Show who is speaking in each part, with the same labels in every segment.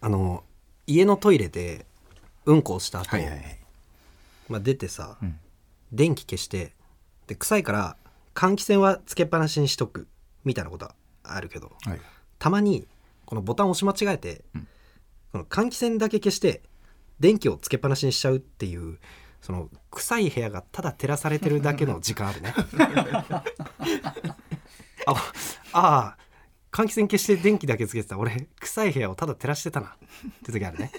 Speaker 1: あの家のトイレでうんこをした後、
Speaker 2: はいはいはい
Speaker 1: まあ、出てさ、
Speaker 2: うん
Speaker 1: 電気消してで臭いから換気扇はつけっぱなしにしとくみたいなことはあるけど
Speaker 2: はい
Speaker 1: たまにこのボタン押し間違えて、この換気扇だけ消して電気をつけっぱなしにしちゃうっていうその臭い部屋がただ照らされてるだけの時間ある ねああー換気扇消して電気だけつけてた俺臭い部屋をただ照らしてたなって時あるね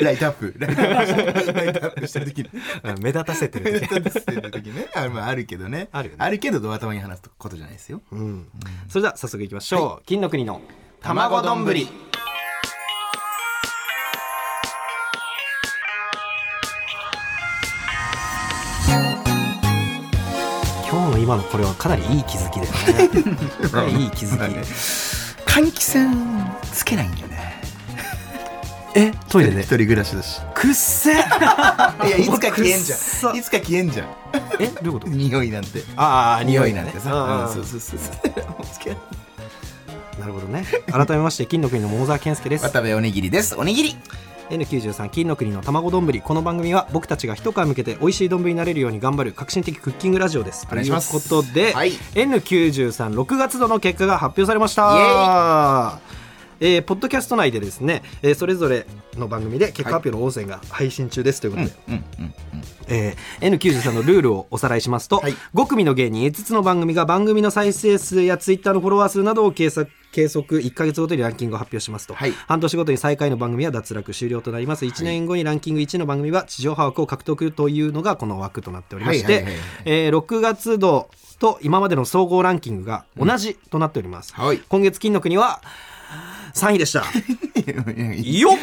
Speaker 2: ライトアップライトアップしてライトアップしてる時に
Speaker 1: うん目立たせて
Speaker 2: ラ
Speaker 1: る
Speaker 2: イ
Speaker 1: 時
Speaker 2: トアップしてる時ねあ,、まあ、あるけどね
Speaker 1: あるよね
Speaker 2: けどドア頭に話すことじゃないですよ
Speaker 1: うん、それでは早速いきましょう、金の国の
Speaker 2: 卵丼ぶり
Speaker 1: 今日の今のこれはかなりいい気づき だよねかなりいい気づき、
Speaker 2: まあね換気扇つけないんだよね
Speaker 1: えトイレ
Speaker 2: 一
Speaker 1: で
Speaker 2: 人暮らしだし
Speaker 1: くっせえ
Speaker 2: い やいつか消えん
Speaker 1: く
Speaker 2: じ
Speaker 1: っ
Speaker 2: ゃ
Speaker 1: そ
Speaker 2: んいつか消えんじゃん
Speaker 1: えどういうこと
Speaker 2: 匂いなんて
Speaker 1: ああ
Speaker 2: 匂いなんてさ
Speaker 1: あ
Speaker 2: うん
Speaker 1: ー
Speaker 2: そうそうそうそうもうつけない
Speaker 1: なるほどね改めまして金の国の桃沢健介です
Speaker 2: 渡部おにぎりですおにぎり
Speaker 1: N93 金の国の卵丼ぶりこの番組は僕たちが一皮向けて美味しい丼になれるように頑張る革新的クッキングラジオです
Speaker 2: お願いします
Speaker 1: ということで、
Speaker 2: はい
Speaker 1: N936 月度の結果が発表されましたえーポッドキャスト内でですね、えーそれぞれの番組で結果発表の音声が配信中ですということで、
Speaker 2: うんうん
Speaker 1: えー N93 のルールをおさらいしますと、
Speaker 2: はい
Speaker 1: 5組の芸人5つの番組が番組の再生数やツイッターのフォロワー数などを計測計測1か月ごとにランキングを発表しますと、
Speaker 2: はい
Speaker 1: 半年ごとに最下位の番組は脱落終了となります1年後にランキング1の番組は地上波枠を獲得というのがこの枠となっておりまし
Speaker 2: はいはい
Speaker 1: て
Speaker 2: はいはい
Speaker 1: えー6月度と今までの総合ランキングが同じとなっております、
Speaker 2: はい
Speaker 1: 今月金の国は3位でした
Speaker 2: うん
Speaker 1: よっ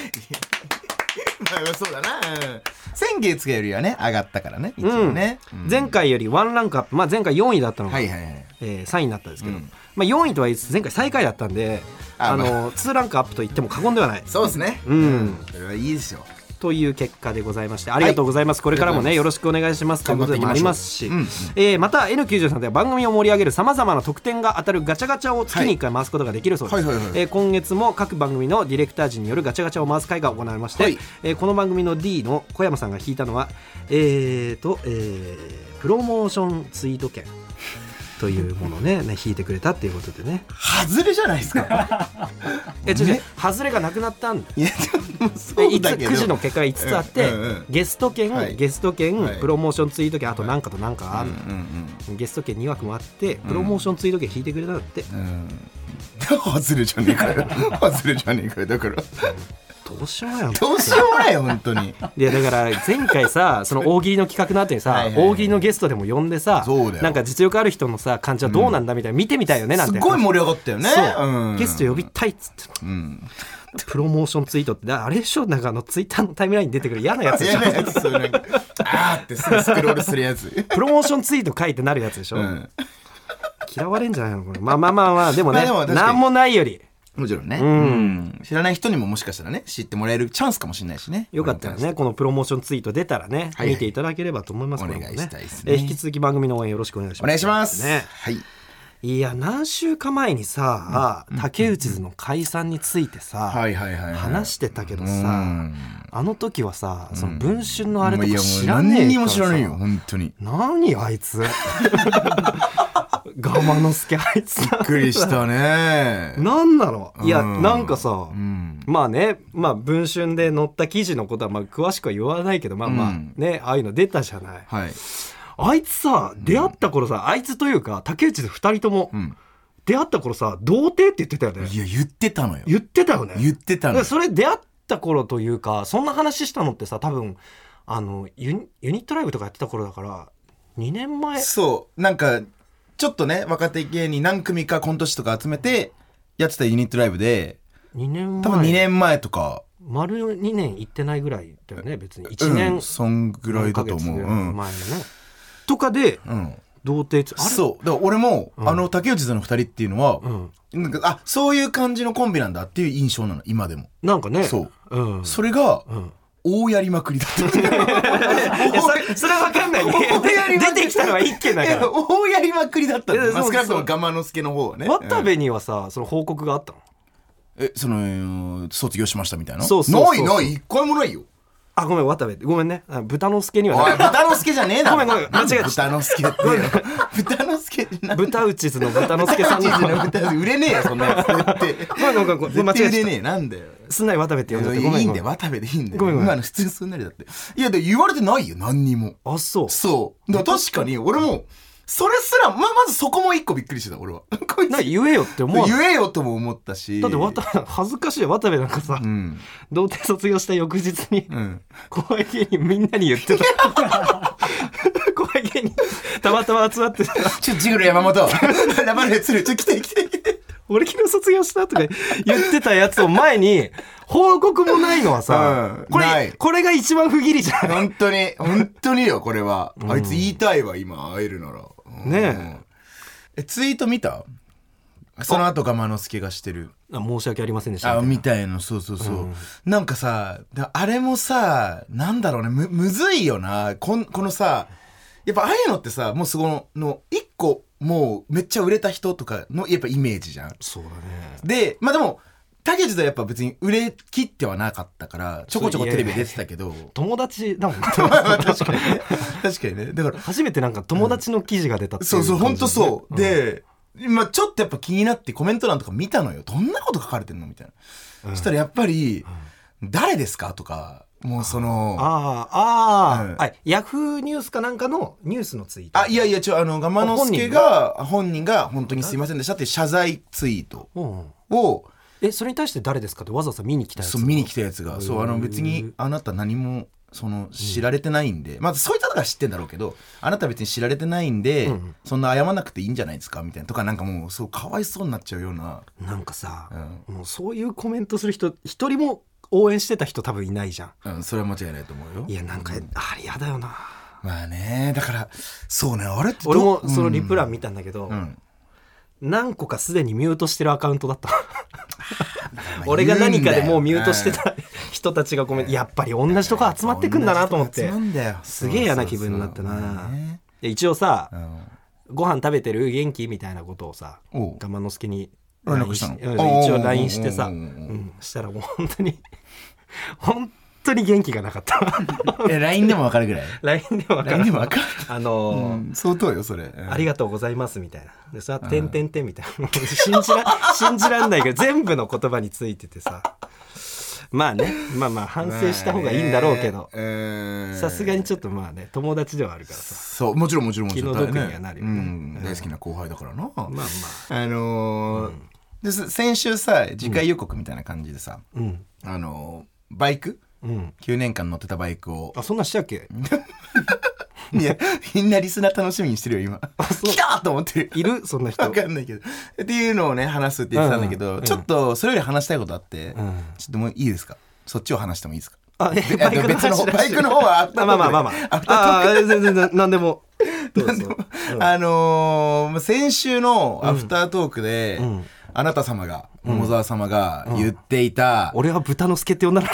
Speaker 2: まあそうだなうん先月よりはね上がったからね一応ねうん
Speaker 1: 前回よりワンランクアップ、まあ、前回4位だったのが、
Speaker 2: はいはいはい
Speaker 1: えー、3位になったんですけど、
Speaker 2: うん
Speaker 1: まあ、4位とは言いつつ前回最下位だったんで
Speaker 2: あ
Speaker 1: あの、
Speaker 2: ま
Speaker 1: 2ランクアップと言っても過言ではない
Speaker 2: そうですね
Speaker 1: うん
Speaker 2: それはいいですよ
Speaker 1: という結果でございましてありがとうございます、これからもねよろしくお願いしますということでもありますし
Speaker 2: 頑張っていき
Speaker 1: えーまた N93 では番組を盛り上げるさまざまな特典が当たるガチャガチャを月に1回回すことができるそうです
Speaker 2: はいはいはいはい
Speaker 1: えー今月も各番組のディレクター陣によるガチャガチャを回す会が行われまして、
Speaker 2: はい
Speaker 1: えーこの番組の D の小山さんが引いたのはえーと、えープロモーションツイート券というものをねね引いてくれたっていうことでね
Speaker 2: 外れじゃないですか
Speaker 1: えちょっ
Speaker 2: ね
Speaker 1: と外れがなくなったんだ
Speaker 2: いやでもそ
Speaker 1: で
Speaker 2: う
Speaker 1: いつ
Speaker 2: だけど
Speaker 1: 9時の結果が5つあって、
Speaker 2: うんうんうん
Speaker 1: ゲスト券、
Speaker 2: はい
Speaker 1: ゲスト券、
Speaker 2: はい
Speaker 1: プロモーションツイート券あと何かと何かあ
Speaker 2: うん
Speaker 1: る、
Speaker 2: う
Speaker 1: ゲスト券2枠もあってプロモーションツイート券引いてくれたんだって、
Speaker 2: んうんうん外れじゃねえか よ外れじゃねえかよだから
Speaker 1: どうしようやん
Speaker 2: どうしようもないよ本当に
Speaker 1: いやだから前 回さその大喜利の企画の後にさ
Speaker 2: はいはいはい
Speaker 1: 大喜利のゲストでも呼んでさ
Speaker 2: そうだよ
Speaker 1: なんか実力ある人のさ感じはどうなんだみたいな、見てみたいよねなん
Speaker 2: す
Speaker 1: て
Speaker 2: ごい盛り上がったよね
Speaker 1: そう、
Speaker 2: ん
Speaker 1: ゲスト呼びたいっつって
Speaker 2: うん
Speaker 1: プロモーションツイートってだあれでしょなんかあのツイッターのタイムラインに出てくる嫌なやつでしょ
Speaker 2: 嫌なやつそうなんかあーってすぐスクロールするやつ
Speaker 1: プロモーションツイート書いてなるやつでしょ、
Speaker 2: うん
Speaker 1: 嫌われんじゃないのこれまあまあまあまあでもね、
Speaker 2: まあでも確かに
Speaker 1: 何もないより
Speaker 2: もちろんね、
Speaker 1: ん
Speaker 2: うん知らない人にももしかしたらね知ってもらえるチャンスかもしれないしね
Speaker 1: よかったらねこのプロモーションツイート出たらね、
Speaker 2: はいはい
Speaker 1: 見ていただければと思いますけども
Speaker 2: お願いしたいですね
Speaker 1: えー引き続き番組の応援よろしくお願いします
Speaker 2: お願いします、
Speaker 1: ね
Speaker 2: はい
Speaker 1: いや何週か前にさ、竹内図の解散についてさ、
Speaker 2: はいはいはいはい
Speaker 1: 話してたけどさ、
Speaker 2: うん
Speaker 1: あの時はさその文春のあれと
Speaker 2: い
Speaker 1: か
Speaker 2: やもう
Speaker 1: 知らねえ
Speaker 2: 何に
Speaker 1: から
Speaker 2: も
Speaker 1: さ
Speaker 2: 知らないよ本当に
Speaker 1: 何あい つ我慢の助あいつ
Speaker 2: びっくりしたね
Speaker 1: 何 なのいや、
Speaker 2: うん
Speaker 1: なんかさ、
Speaker 2: うん
Speaker 1: まあね、まあ、文春で載った記事のことはまあ詳しくは言わないけど、まあまあ
Speaker 2: うん
Speaker 1: ね、ああいうの出たじゃない。
Speaker 2: はい、
Speaker 1: あいつさ、出会った頃さ、あいつというか、竹内で2人とも、
Speaker 2: うん、
Speaker 1: 出会った頃さ、童貞って言ってたよね
Speaker 2: い。や言ってたのよ
Speaker 1: 言ってたよね。
Speaker 2: 言ってた
Speaker 1: だか
Speaker 2: の
Speaker 1: らそれ出会った頃というか、そんな話したのってさ、多分、あの、ユニユニットライブとかやってた頃だから、2年前。
Speaker 2: そうなんかちょっとね若手芸人何組かコント師とか集めてやってたユニットライブで
Speaker 1: 2年前。
Speaker 2: 多分2年前とか、
Speaker 1: 丸2年行ってないぐらいだよね、別に。1
Speaker 2: う
Speaker 1: 年
Speaker 2: ん、そんぐらいだと思う
Speaker 1: 何ヶ月ぐ
Speaker 2: う
Speaker 1: らい
Speaker 2: ん、
Speaker 1: 前のね。とかで、
Speaker 2: うん、
Speaker 1: 童貞つあれ
Speaker 2: そうだから俺も、
Speaker 1: うん
Speaker 2: あの竹内さんの2人っていうのは、
Speaker 1: うん
Speaker 2: なんかあそういう感じのコンビなんだっていう印象なの今でも、
Speaker 1: なんかね
Speaker 2: そう、
Speaker 1: うん、
Speaker 2: それが、
Speaker 1: ん
Speaker 2: 大やりまくりだ った
Speaker 1: いやそれそれわかんないね出てきたのは一件だ
Speaker 2: い
Speaker 1: か
Speaker 2: や
Speaker 1: ら
Speaker 2: 大やりまくりだったんだ
Speaker 1: いや
Speaker 2: まあ
Speaker 1: そ
Speaker 2: 少
Speaker 1: う
Speaker 2: なくとも我慢の助の方はね
Speaker 1: 渡
Speaker 2: うん
Speaker 1: 部にはさその報告があったの
Speaker 2: えそのえー卒業しましたみたいな
Speaker 1: そうそうそうそう
Speaker 2: ないない一回もない よ
Speaker 1: あごめん渡部ごめんねあ豚之助には
Speaker 2: おい
Speaker 1: な
Speaker 2: 豚の助じゃねえだろ
Speaker 1: ごめんごめん間違えた
Speaker 2: 豚の助って豚の助じゃない
Speaker 1: 豚打ちずの豚之助さん
Speaker 2: チ
Speaker 1: が
Speaker 2: ーズの豚売れねえよそんなやつ絶対絶
Speaker 1: ごめんごめんごめん間違
Speaker 2: 対売
Speaker 1: え
Speaker 2: れ
Speaker 1: た
Speaker 2: ねえなんだよ
Speaker 1: すんなり渡部って呼んじゃってごめ
Speaker 2: い
Speaker 1: ん
Speaker 2: いんだ
Speaker 1: ごめん
Speaker 2: よ渡部でいいんだよ
Speaker 1: ごめんごめん
Speaker 2: 今の普通にすんなりだっていやで言われてないよ何にも
Speaker 1: あそう
Speaker 2: そうだから確かに俺もそれすらままずそこも一個びっくりしてた俺は こい
Speaker 1: な
Speaker 2: つ
Speaker 1: 言えよって思わない
Speaker 2: 言えよとも思ったし
Speaker 1: だって渡部恥ずかしいよ渡部なんかさ、
Speaker 2: うん
Speaker 1: 童貞卒業した翌日に
Speaker 2: うん
Speaker 1: 怖い芸人みんなに言ってた怖い芸人たまたま集まってた
Speaker 2: ちょ、ジグル 山本。ラバルツル、ちょ、来て来て来て。
Speaker 1: 俺昨日卒業した とか言ってたやつを前に報告もないのはさ、
Speaker 2: うん
Speaker 1: こ
Speaker 2: な
Speaker 1: れ
Speaker 2: い
Speaker 1: これが一番不義理じゃん
Speaker 2: 本当に、本当によ、これは。あいつ言いたいわ、今、会えるなら。うん
Speaker 1: ね
Speaker 2: え。ツイート見たその後、ガマノスケがしてる。
Speaker 1: あ申し訳ありませんでした
Speaker 2: あ、
Speaker 1: み
Speaker 2: みたいな、そうそうそう。なんかさ、だあれもさ、なんだろうね、む、むずいよな。こん、このさ、やっぱああいうのってさ、もうそこの、一個、もうめっちゃ売れた人とかの、やっぱイメージじゃん。
Speaker 1: そうだね
Speaker 2: でまあでも竹内とはやっぱ別に売れ切ってはなかったからちょこちょこテレビ出てたけど
Speaker 1: 友達だもん
Speaker 2: まあ確かにね 確かにねだから
Speaker 1: 初めてなんか友達の記事が出たってい
Speaker 2: そうそう本
Speaker 1: 感じだ
Speaker 2: 当
Speaker 1: ね
Speaker 2: そう、で、まあ、ちょっとやっぱ気になってコメント欄とか見たのよどんなこと書かれてんのみたいな、そしたらやっぱり「誰ですか?」とかもうその
Speaker 1: あああ、
Speaker 2: うん
Speaker 1: あヤフーニュースかなんかのニュースのツイート
Speaker 2: あいやいやちょあのガマノスケが本人が本当にすいませんでしたっていう謝罪ツイート
Speaker 1: うんうん
Speaker 2: を
Speaker 1: えそれに対して誰ですかってわざわざ見に来たやつ
Speaker 2: そう見に来たやつがそうあ
Speaker 1: へ
Speaker 2: の
Speaker 1: ー
Speaker 2: 別にあなた何もその知られてないんで、まずそういったとから知ってんだろうけどあなた別に知られてないんで、
Speaker 1: うんうん
Speaker 2: そんな謝らなくていいんじゃないですかみたいなとかなんかもうそうかわいそうになっちゃうような、
Speaker 1: なんかさ
Speaker 2: う、ん
Speaker 1: もうそういうコメントする人一人も応援してた人多分いないじゃん
Speaker 2: うん、それは間違いないと思うよ
Speaker 1: いやなんか、
Speaker 2: う
Speaker 1: あれやだよな
Speaker 2: まあねだからそうねあれってど
Speaker 1: 俺もそのリプラン見たんだけど、
Speaker 2: うんうん
Speaker 1: 何個かすでにミュートしてるアカウントだった
Speaker 2: まあ
Speaker 1: 俺が何かでもうミ
Speaker 2: 言
Speaker 1: ュ
Speaker 2: ん
Speaker 1: ー
Speaker 2: だよ
Speaker 1: トしてた人たちがごめんやっぱり同じとこ集まってくんだなと思っ
Speaker 2: 同
Speaker 1: て
Speaker 2: じとこ集まんだよ
Speaker 1: すげえ嫌な気分になったなで一応さ
Speaker 2: そうそうそうまあね
Speaker 1: ご飯食べてる元気みたいなことをさ
Speaker 2: うんおう
Speaker 1: 玉之助に
Speaker 2: 連絡したの
Speaker 1: LINE うん一応 LINE してさ
Speaker 2: お
Speaker 1: う
Speaker 2: うおうおうおうん
Speaker 1: したらもう本当に 本当に元気がなかった
Speaker 2: え LINE でもわかる ぐらい
Speaker 1: LINE でも分か
Speaker 2: LINE で
Speaker 1: る
Speaker 2: もわかる
Speaker 1: あのー
Speaker 2: うん相当よそれ、
Speaker 1: ありがとうございますみたいな。で、それは、てんてんてんみたいな。 信じら、信じらんないけど、全部の言葉についててさ。まあね、まあまあ、反省した方がいいんだろうけど、さすがにちょっ
Speaker 2: と
Speaker 1: とまあね、友達ではあるからさ。
Speaker 2: そうもちろんもちろんもちろん
Speaker 1: 気の毒にはなるよね
Speaker 2: うん
Speaker 1: うん
Speaker 2: 大好きな後輩だからな、
Speaker 1: まあまあ。
Speaker 2: あのーです先週さ次回予告みたいな感じでさ、
Speaker 1: うん。
Speaker 2: あのーバイク
Speaker 1: うん。
Speaker 2: 9年間乗ってたバイクを
Speaker 1: あ、そんなんしたっけ
Speaker 2: いやみんなリスナー楽しみにしてるよ今
Speaker 1: そう
Speaker 2: 来たと思ってる
Speaker 1: いるそんな 人。
Speaker 2: わかんないけどっていうのをね話すって言ってたんだけど、
Speaker 1: うん
Speaker 2: ちょっとそれより話したいことあって、
Speaker 1: うん。
Speaker 2: ちょっともういいですかそっちを話してもいいですか
Speaker 1: あ、え、
Speaker 2: あの別の方バイクの方はアフタ
Speaker 1: あ
Speaker 2: ー
Speaker 1: ま
Speaker 2: トークで
Speaker 1: あまあまあ
Speaker 2: ア
Speaker 1: まあ
Speaker 2: フ。タートーク
Speaker 1: ああ、全然、全然なんでも。どうぞ。
Speaker 2: あのー先週のアフタートークで、
Speaker 1: うんうん
Speaker 2: あなた様が、桃沢様が言っていた、
Speaker 1: 俺は豚の助って呼んだの に。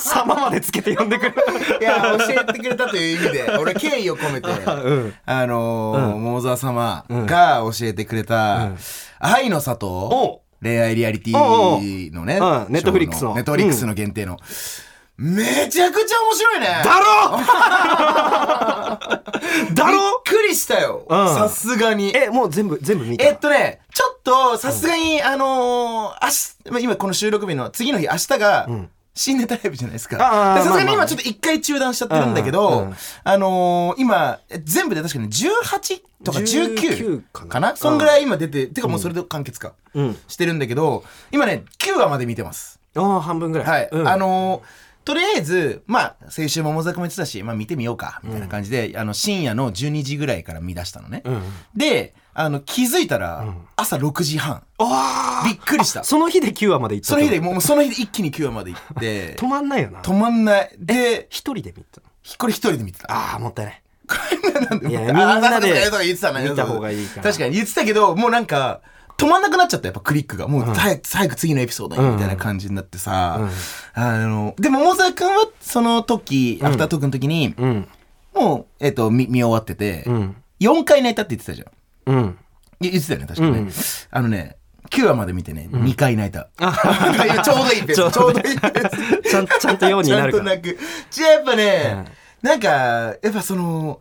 Speaker 1: 様までつけて呼んでくる。
Speaker 2: いや教えてくれたという意味 で俺敬意を込めて
Speaker 1: うん。
Speaker 2: あのー
Speaker 1: うん
Speaker 2: 桃沢様が教えてくれた、
Speaker 1: うん
Speaker 2: 愛の里
Speaker 1: お
Speaker 2: 恋愛リアリテ
Speaker 1: おうおう
Speaker 2: ィのね、
Speaker 1: うん Netflix の
Speaker 2: ネットフリックスの限定の、めちゃくちゃ面白いね
Speaker 1: だろだろ
Speaker 2: びっくりしたよ
Speaker 1: うん
Speaker 2: さすがに
Speaker 1: え、もう全部、全部見た。
Speaker 2: えっとね、ちょっと、さすがに、あのー、あし、まあ今この収録日の次の日、明日が、
Speaker 1: うん
Speaker 2: 新ネタライブじゃないですか。
Speaker 1: ああ
Speaker 2: でさすが
Speaker 1: ま
Speaker 2: に
Speaker 1: あま
Speaker 2: 今
Speaker 1: あ
Speaker 2: ちょっと一回中断しちゃってるんだけど、
Speaker 1: うんうん
Speaker 2: あのー今、え全部で確かに18とか19
Speaker 1: 19
Speaker 2: か
Speaker 1: か
Speaker 2: な
Speaker 1: な
Speaker 2: そんぐらい今出て、てかもうそれで完結か。
Speaker 1: うん。
Speaker 2: してるんだけど、今ね、9話まで見てます。
Speaker 1: ああ、半分ぐらい。
Speaker 2: はい。
Speaker 1: うん
Speaker 2: あ、のーとりあえず、まあ、先週も桃沢君も言ってたし、まあ見てみようか、みたいな感じで、あの、深夜の12時ぐらいから見出したのね。
Speaker 1: うん。
Speaker 2: で、あの、気づいたら、朝6時半。
Speaker 1: あ
Speaker 2: びっくりした。
Speaker 1: その日で9話まで行った
Speaker 2: その日で、
Speaker 1: で。、
Speaker 2: もうその日で一気に9話まで行って
Speaker 1: 止まんないよな。
Speaker 2: 止まんない。で、
Speaker 1: 一人で見た。
Speaker 2: これ一人で見てた。
Speaker 1: ああ、もったいない。
Speaker 2: なんで
Speaker 1: いや
Speaker 2: あ
Speaker 1: みんなで
Speaker 2: 朝とか夜とか言ってたね
Speaker 1: 見た方がいいから
Speaker 2: 確かに言ってたけど、もうなんか、止まんなくなっちゃった、やっぱクリックが。もう、早く、早く次のエピソードに、みたいな感じになってさ。あの、でも、桃沢くんは、その時、アフタートークの時に、
Speaker 1: うん
Speaker 2: もう、えっと、見、見終わってて
Speaker 1: う、ん
Speaker 2: 4回泣いたって言ってたじゃん。
Speaker 1: うん
Speaker 2: い言ってたよね、確かね。
Speaker 1: うん
Speaker 2: あのね、9話まで見てね、2回泣い た。ちょうどいいペース。ち
Speaker 1: ち
Speaker 2: ょ
Speaker 1: ょ
Speaker 2: う
Speaker 1: う
Speaker 2: ど
Speaker 1: ど
Speaker 2: いいペース。
Speaker 1: ちゃんちゃんとように
Speaker 2: ちゃ
Speaker 1: なんる
Speaker 2: と
Speaker 1: から
Speaker 2: 泣く。じゃあやっぱね、なんか、やっぱその、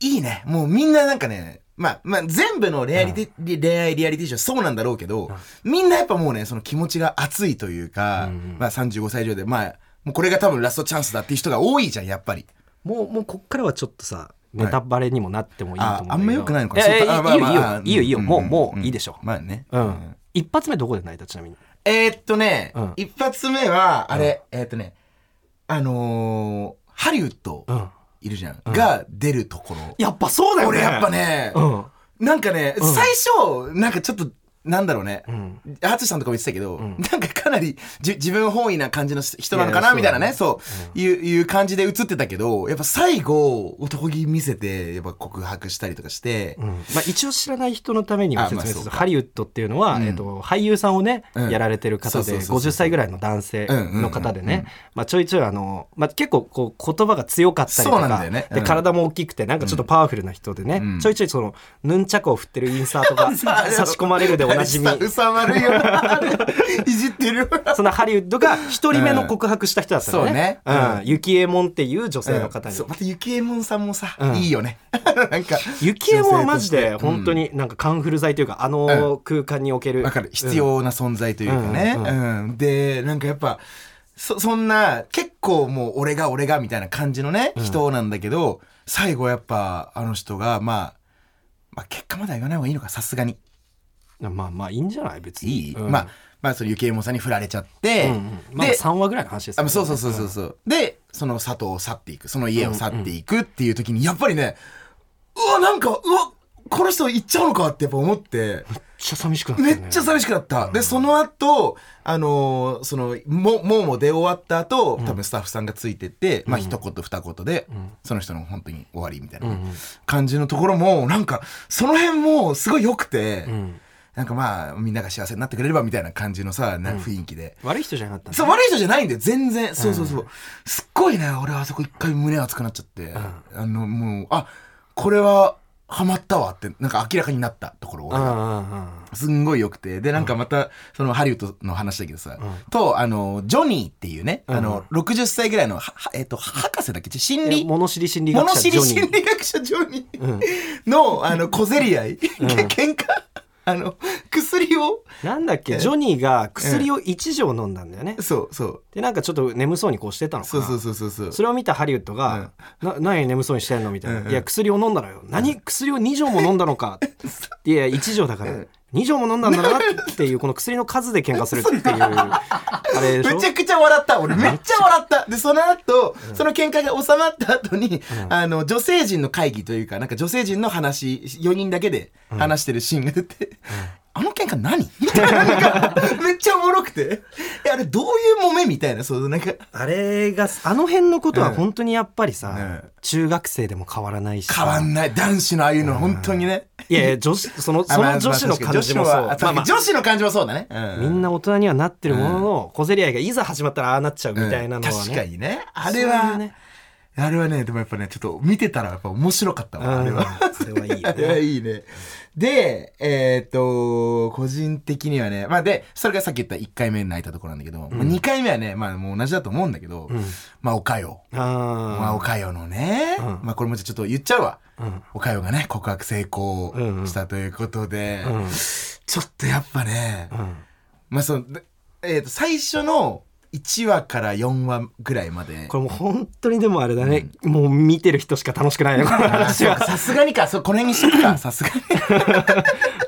Speaker 2: いいね。もうみんななんかね、まあ、まあ、全部の恋愛リ,、恋愛リアリティーショーそうなんだろうけど、みんなやっぱもうね、その気持ちが熱いというか、まあ35歳以上で、まあ、もうこれが多分ラストチャンスだっていう人が多いじゃん、やっぱり。
Speaker 1: もうもうこっからはちょっとさネタバレにもなってもいいと思うんだけど
Speaker 2: ああんま良くないのか
Speaker 1: いやいやい
Speaker 2: そうかあまあ
Speaker 1: いよいい
Speaker 2: ま
Speaker 1: よ
Speaker 2: あ
Speaker 1: いいよいいよ
Speaker 2: うん
Speaker 1: もう
Speaker 2: うん
Speaker 1: もういいでしょ
Speaker 2: まあね。
Speaker 1: うん一発目どこで泣いたちなみに
Speaker 2: えーっとね、
Speaker 1: うん
Speaker 2: 一発目は、あれ、えーっとね、あのーハリウッド
Speaker 1: うん
Speaker 2: いるじゃん、が出るところ。
Speaker 1: やっぱそうだよね
Speaker 2: 俺やっぱね、
Speaker 1: うん
Speaker 2: なんかね、
Speaker 1: ん
Speaker 2: 最初、なんかちょっと、なんだろうね。
Speaker 1: うん
Speaker 2: アツシさんとかも言ってたけど、
Speaker 1: ん
Speaker 2: なんかかなりじ自分本位な感じの人なのか
Speaker 1: いやい
Speaker 2: な
Speaker 1: や
Speaker 2: みたいなね、
Speaker 1: そ
Speaker 2: そうう、いう、いう感じで映ってたけど、やっぱ最後、男気見せて、やっぱ告白したりとかして、
Speaker 1: うんまあ、一応知らない人のためにも説明
Speaker 2: あまあ
Speaker 1: す
Speaker 2: そう
Speaker 1: ると、
Speaker 2: か
Speaker 1: ハリウッドっていうのは、
Speaker 2: うん
Speaker 1: えっと俳優さんをね、
Speaker 2: うん
Speaker 1: やられてる方
Speaker 2: そうそう
Speaker 1: で
Speaker 2: そうそう
Speaker 1: 50歳ぐらいの男性の方で
Speaker 2: うんうんうん
Speaker 1: ねまあちょいちょいあの、まあ、結構こう言葉が強かったりと
Speaker 2: そうなんだ
Speaker 1: か、
Speaker 2: よねうん
Speaker 1: で体も大きくてなんかちょっとパワフルな人でね、
Speaker 2: うん
Speaker 1: ちょいちょいそのヌンチャクを振ってるインサート が
Speaker 2: さ
Speaker 1: 差し込まれるでおなじみ
Speaker 2: う さまるよ。 いじってる。
Speaker 1: そんなハリウッドが一人目の告白した人だったのね,、
Speaker 2: うん
Speaker 1: う
Speaker 2: そ
Speaker 1: ん
Speaker 2: うね
Speaker 1: ユキエモンっていう女性の方に、
Speaker 2: そうまたゆきえもんさんもさ、
Speaker 1: うん
Speaker 2: いいよね なんか
Speaker 1: ユキエモンはマジで
Speaker 2: 女性として
Speaker 1: 本当になんかカンフル剤というかあの空間における、
Speaker 2: わかる必要な存在というかね、う
Speaker 1: うんんうん
Speaker 2: でなんかやっぱそそんな結構もう俺が俺がみたいな感じのね、人なんだけど最後やっぱあの人がまあまあ結果までは言わない方がいいのかさすがに
Speaker 1: まあまあいいんじゃない別に
Speaker 2: いい、
Speaker 1: うん
Speaker 2: まあまあそのゆきえもんさんに振られちゃって、
Speaker 1: うんうんまあ、
Speaker 2: で
Speaker 1: 3話ぐらいの話です
Speaker 2: あそうそうそうそうそう。で、その佐藤を去っていく、その家を去っていくっていう時に、やっぱりね、うわ、なんか、うわ、この人行っちゃうのかってやっぱ思って、
Speaker 1: めっちゃ寂しくなった
Speaker 2: め
Speaker 1: よね
Speaker 2: っちゃ寂しくなった。で、その後、あのーその、も、もうも出終わった後、多分スタッフさんがついてって、まあ一言二言で、その人の本当に終わりみたいな感じのところも、なんか、その辺もすごい良くて、
Speaker 1: ん
Speaker 2: なんかまあ、みんなが幸せになってくれればみたいな感じのさ、な雰囲気で。
Speaker 1: 悪い人じゃなかったね
Speaker 2: そう、悪い人じゃないんだよ、全然。そうそうそう。すっごいね、俺はあそこ一回胸熱くなっちゃって、あの、もう、あ、これは、ハマったわって、なんか明らかになったところ、俺
Speaker 1: うんう
Speaker 2: が。
Speaker 1: んうん
Speaker 2: すんごい良くて。で、なんかまた、そのハリウッドの話だけどさ、と、あの、ジョニーっていうね、あの、60歳ぐらいの、ははえっと、博士だっけ心
Speaker 1: え
Speaker 2: 理
Speaker 1: 物知り心理学
Speaker 2: 物
Speaker 1: 者
Speaker 2: 知
Speaker 1: ジ
Speaker 2: り
Speaker 1: ョニ
Speaker 2: 心
Speaker 1: ー
Speaker 2: 理学者ジョニーの、あの、小競り合い、喧嘩、あの、薬を、
Speaker 1: なんだっけジョニーが薬を1錠飲んだんだよね
Speaker 2: そうそう、
Speaker 1: でなんかちょっと眠そうにこうしてたのか
Speaker 2: そう
Speaker 1: な
Speaker 2: そうそうそうそう。
Speaker 1: それを見たハリウッドが「な何眠そうにしてんの?」みたいな「いや薬を飲んだのよ何薬を2錠も飲んだ のか」いやいや1錠だから2錠も飲んだんだな」っていうこの薬の数で喧嘩するっていうあれでし
Speaker 2: め
Speaker 1: ょ
Speaker 2: ちゃくちゃ笑った俺めっちゃ笑ったでその後、その喧嘩が収まった後に、あの女性陣の会議というかなんか女性陣の話4人だけで話してるシーンが出て、あの喧嘩何みたいななん かめっちゃおもろくてえあれどういう揉めみたいなそうなんか
Speaker 1: あれがあの辺のことは本当にやっぱりさ、
Speaker 2: うん
Speaker 1: 中学生でも変わらないしさ
Speaker 2: 変わんない男子のああいうの本当にね、
Speaker 1: いやいや女子その
Speaker 2: あ
Speaker 1: そ
Speaker 2: まあ
Speaker 1: の女子の感じもそ
Speaker 2: ま
Speaker 1: う、
Speaker 2: あ確
Speaker 1: ま
Speaker 2: か
Speaker 1: あ
Speaker 2: に
Speaker 1: まあ
Speaker 2: 女子の感じもそうだね、う
Speaker 1: みんな大人にはなってるものの、小競り合いがいざ始まったらああなっちゃうみたいなのはね、
Speaker 2: 確かにねあ
Speaker 1: そう
Speaker 2: れ
Speaker 1: いう
Speaker 2: は
Speaker 1: ね
Speaker 2: あれはねでもやっぱねちょっと見てたらやっぱ面白かった
Speaker 1: うん
Speaker 2: わあれは。
Speaker 1: それはいい よ
Speaker 2: いや
Speaker 1: ね
Speaker 2: いいね。で、えーっと、個人的にはね、まあで、それがさっき言った1回目に泣いたところなんだけど、まあ2回目はね、まあもう同じだと思うんだけど、まあおかよ。まあ
Speaker 1: あ
Speaker 2: おかよのね、
Speaker 1: ん
Speaker 2: まあこれもちょっと言っちゃうわ。
Speaker 1: うん
Speaker 2: おかよがね、告白成功
Speaker 1: うんうん
Speaker 2: したということで、
Speaker 1: あうん
Speaker 2: ちょっとやっぱね、
Speaker 1: うん
Speaker 2: まあその、でえーっと、最初の1話から4話ぐらいまで、
Speaker 1: これもう本当にでもあれだね、もう見てる人しか楽しくないねこの
Speaker 2: あ
Speaker 1: 話
Speaker 2: そうか
Speaker 1: は
Speaker 2: さすがにか、そうこの辺にしとくか、さすがに。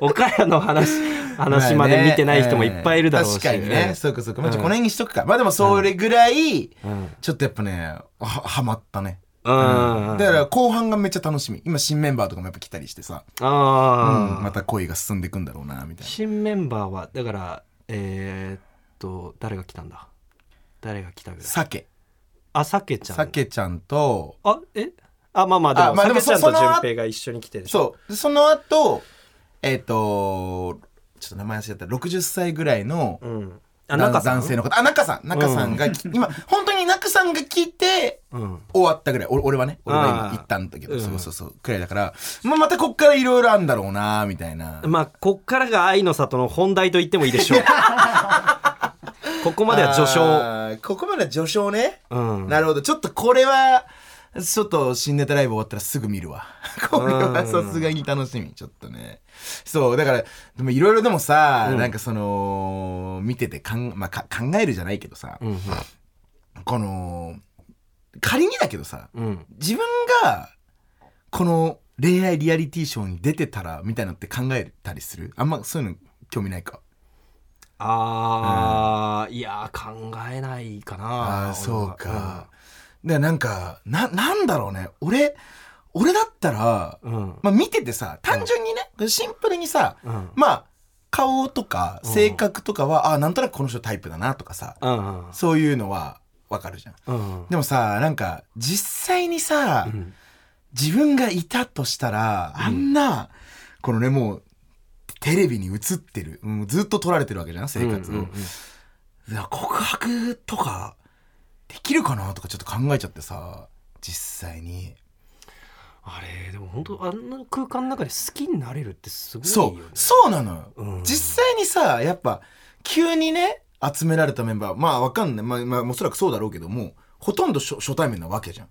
Speaker 1: 岡谷 の話話まで見てない人もいっぱいいるだろうし、
Speaker 2: まあねええ確かにね。そうかそうか。まあ、じゃあこの辺にしとくか。まあでもそれぐらい、ちょっとやっぱね、ははまったね。
Speaker 1: うん、うん、
Speaker 2: だから後半がめっちゃ楽しみ。今新メンバーとかもやっぱ来たりしてさ、
Speaker 1: ああ、
Speaker 2: また恋が進んでいくんだろうな、みたい
Speaker 1: 新メンバーはだからえーっと誰が来たんだ誰が来たぐら
Speaker 2: な。
Speaker 1: い
Speaker 2: さけ。
Speaker 1: あさけちゃん
Speaker 2: さけちゃんと、
Speaker 1: あえあまあまあで
Speaker 2: あ
Speaker 1: も
Speaker 2: まあ
Speaker 1: さ
Speaker 2: でも
Speaker 1: けちゃん
Speaker 2: そ
Speaker 1: と
Speaker 2: その
Speaker 1: 順平が一緒に来てる
Speaker 2: そう。でその後、えっ、と、ちょっと名前忘れちゃった60歳ぐらいの
Speaker 1: うん。あ、
Speaker 2: 男
Speaker 1: 中さん
Speaker 2: 男性の方あ中さん中さんが、今本当に中さんが来て
Speaker 1: うん。
Speaker 2: 終わったぐらい俺俺はね俺が
Speaker 1: あー
Speaker 2: 今一旦だけど、
Speaker 1: うん
Speaker 2: そうそうそうくらいだから、まあ、またこっからいろいろあるんだろうなみたいな、
Speaker 1: まあ、こっからが愛の里の本題と言ってもいいで しょう。ここまでは序章。
Speaker 2: あーここまでは序章ね、
Speaker 1: うん。
Speaker 2: なるほどちょっとこれはちょっと新ネタライブ終わったらすぐ見るわ これはさすがに楽しみちょっとねそうだからでもいろいろでもさ、
Speaker 1: うん
Speaker 2: なんかその見ててかん、まあ、か考えるじゃないけどさ、
Speaker 1: うん。
Speaker 2: この仮にだけどさ
Speaker 1: うん。
Speaker 2: 自分がこの恋愛リアリティショーに出てたらみたいなのって考えたりするあんまそういうの興味ないか
Speaker 1: あー、いやー、考えないかな。
Speaker 2: ああそうか、でなんかななんだろうね俺俺だったら、
Speaker 1: 俺は。うん。
Speaker 2: まあ、見ててさ単純にね、シンプルにさ、
Speaker 1: うん。
Speaker 2: まあ顔とか
Speaker 1: うん
Speaker 2: 性格とかは、ああなんとなくこの人タイプだなとかさ
Speaker 1: うん。
Speaker 2: そういうのはわかるじゃん
Speaker 1: うん。
Speaker 2: でもさなんか実際にさ、
Speaker 1: うん
Speaker 2: 自分がいたとしたらあんな、このねもうテレビに映ってる、うん、ずっと撮られてるわけじゃん生活を、
Speaker 1: うんうん
Speaker 2: いや告白とかできるかなとかちょっと考えちゃってさ実際に
Speaker 1: あれでも本当あんな空間の中で好きになれるってすごいよ
Speaker 2: そ
Speaker 1: ね
Speaker 2: うそうなのよ、
Speaker 1: うん
Speaker 2: 実際にさやっぱ急にね集められたメンバーまあわかんない、まあまあ、おそらくそうだろうけどもほとんど初初対面なわけじゃん、
Speaker 1: うん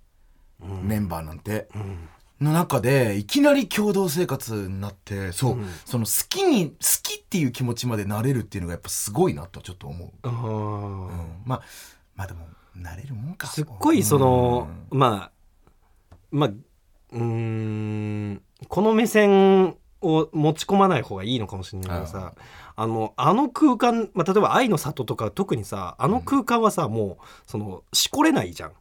Speaker 2: メンバーなんて
Speaker 1: うん
Speaker 2: の中でいきなり共同生活になってそう、
Speaker 1: うん
Speaker 2: その好きに好きっていう気持ちまでなれるっていうのがやっぱすごいなとちょっと思う、
Speaker 1: あ
Speaker 2: う
Speaker 1: ー
Speaker 2: ん、まあまあでもなれるもんか
Speaker 1: すっごいその、まあまあうーんこの目線を持ち込まない方がいいのかもしれないけどさあのあの空間、まあ、例えば「愛の里」とか特にさあの空間はさ、もうそのしこれないじゃん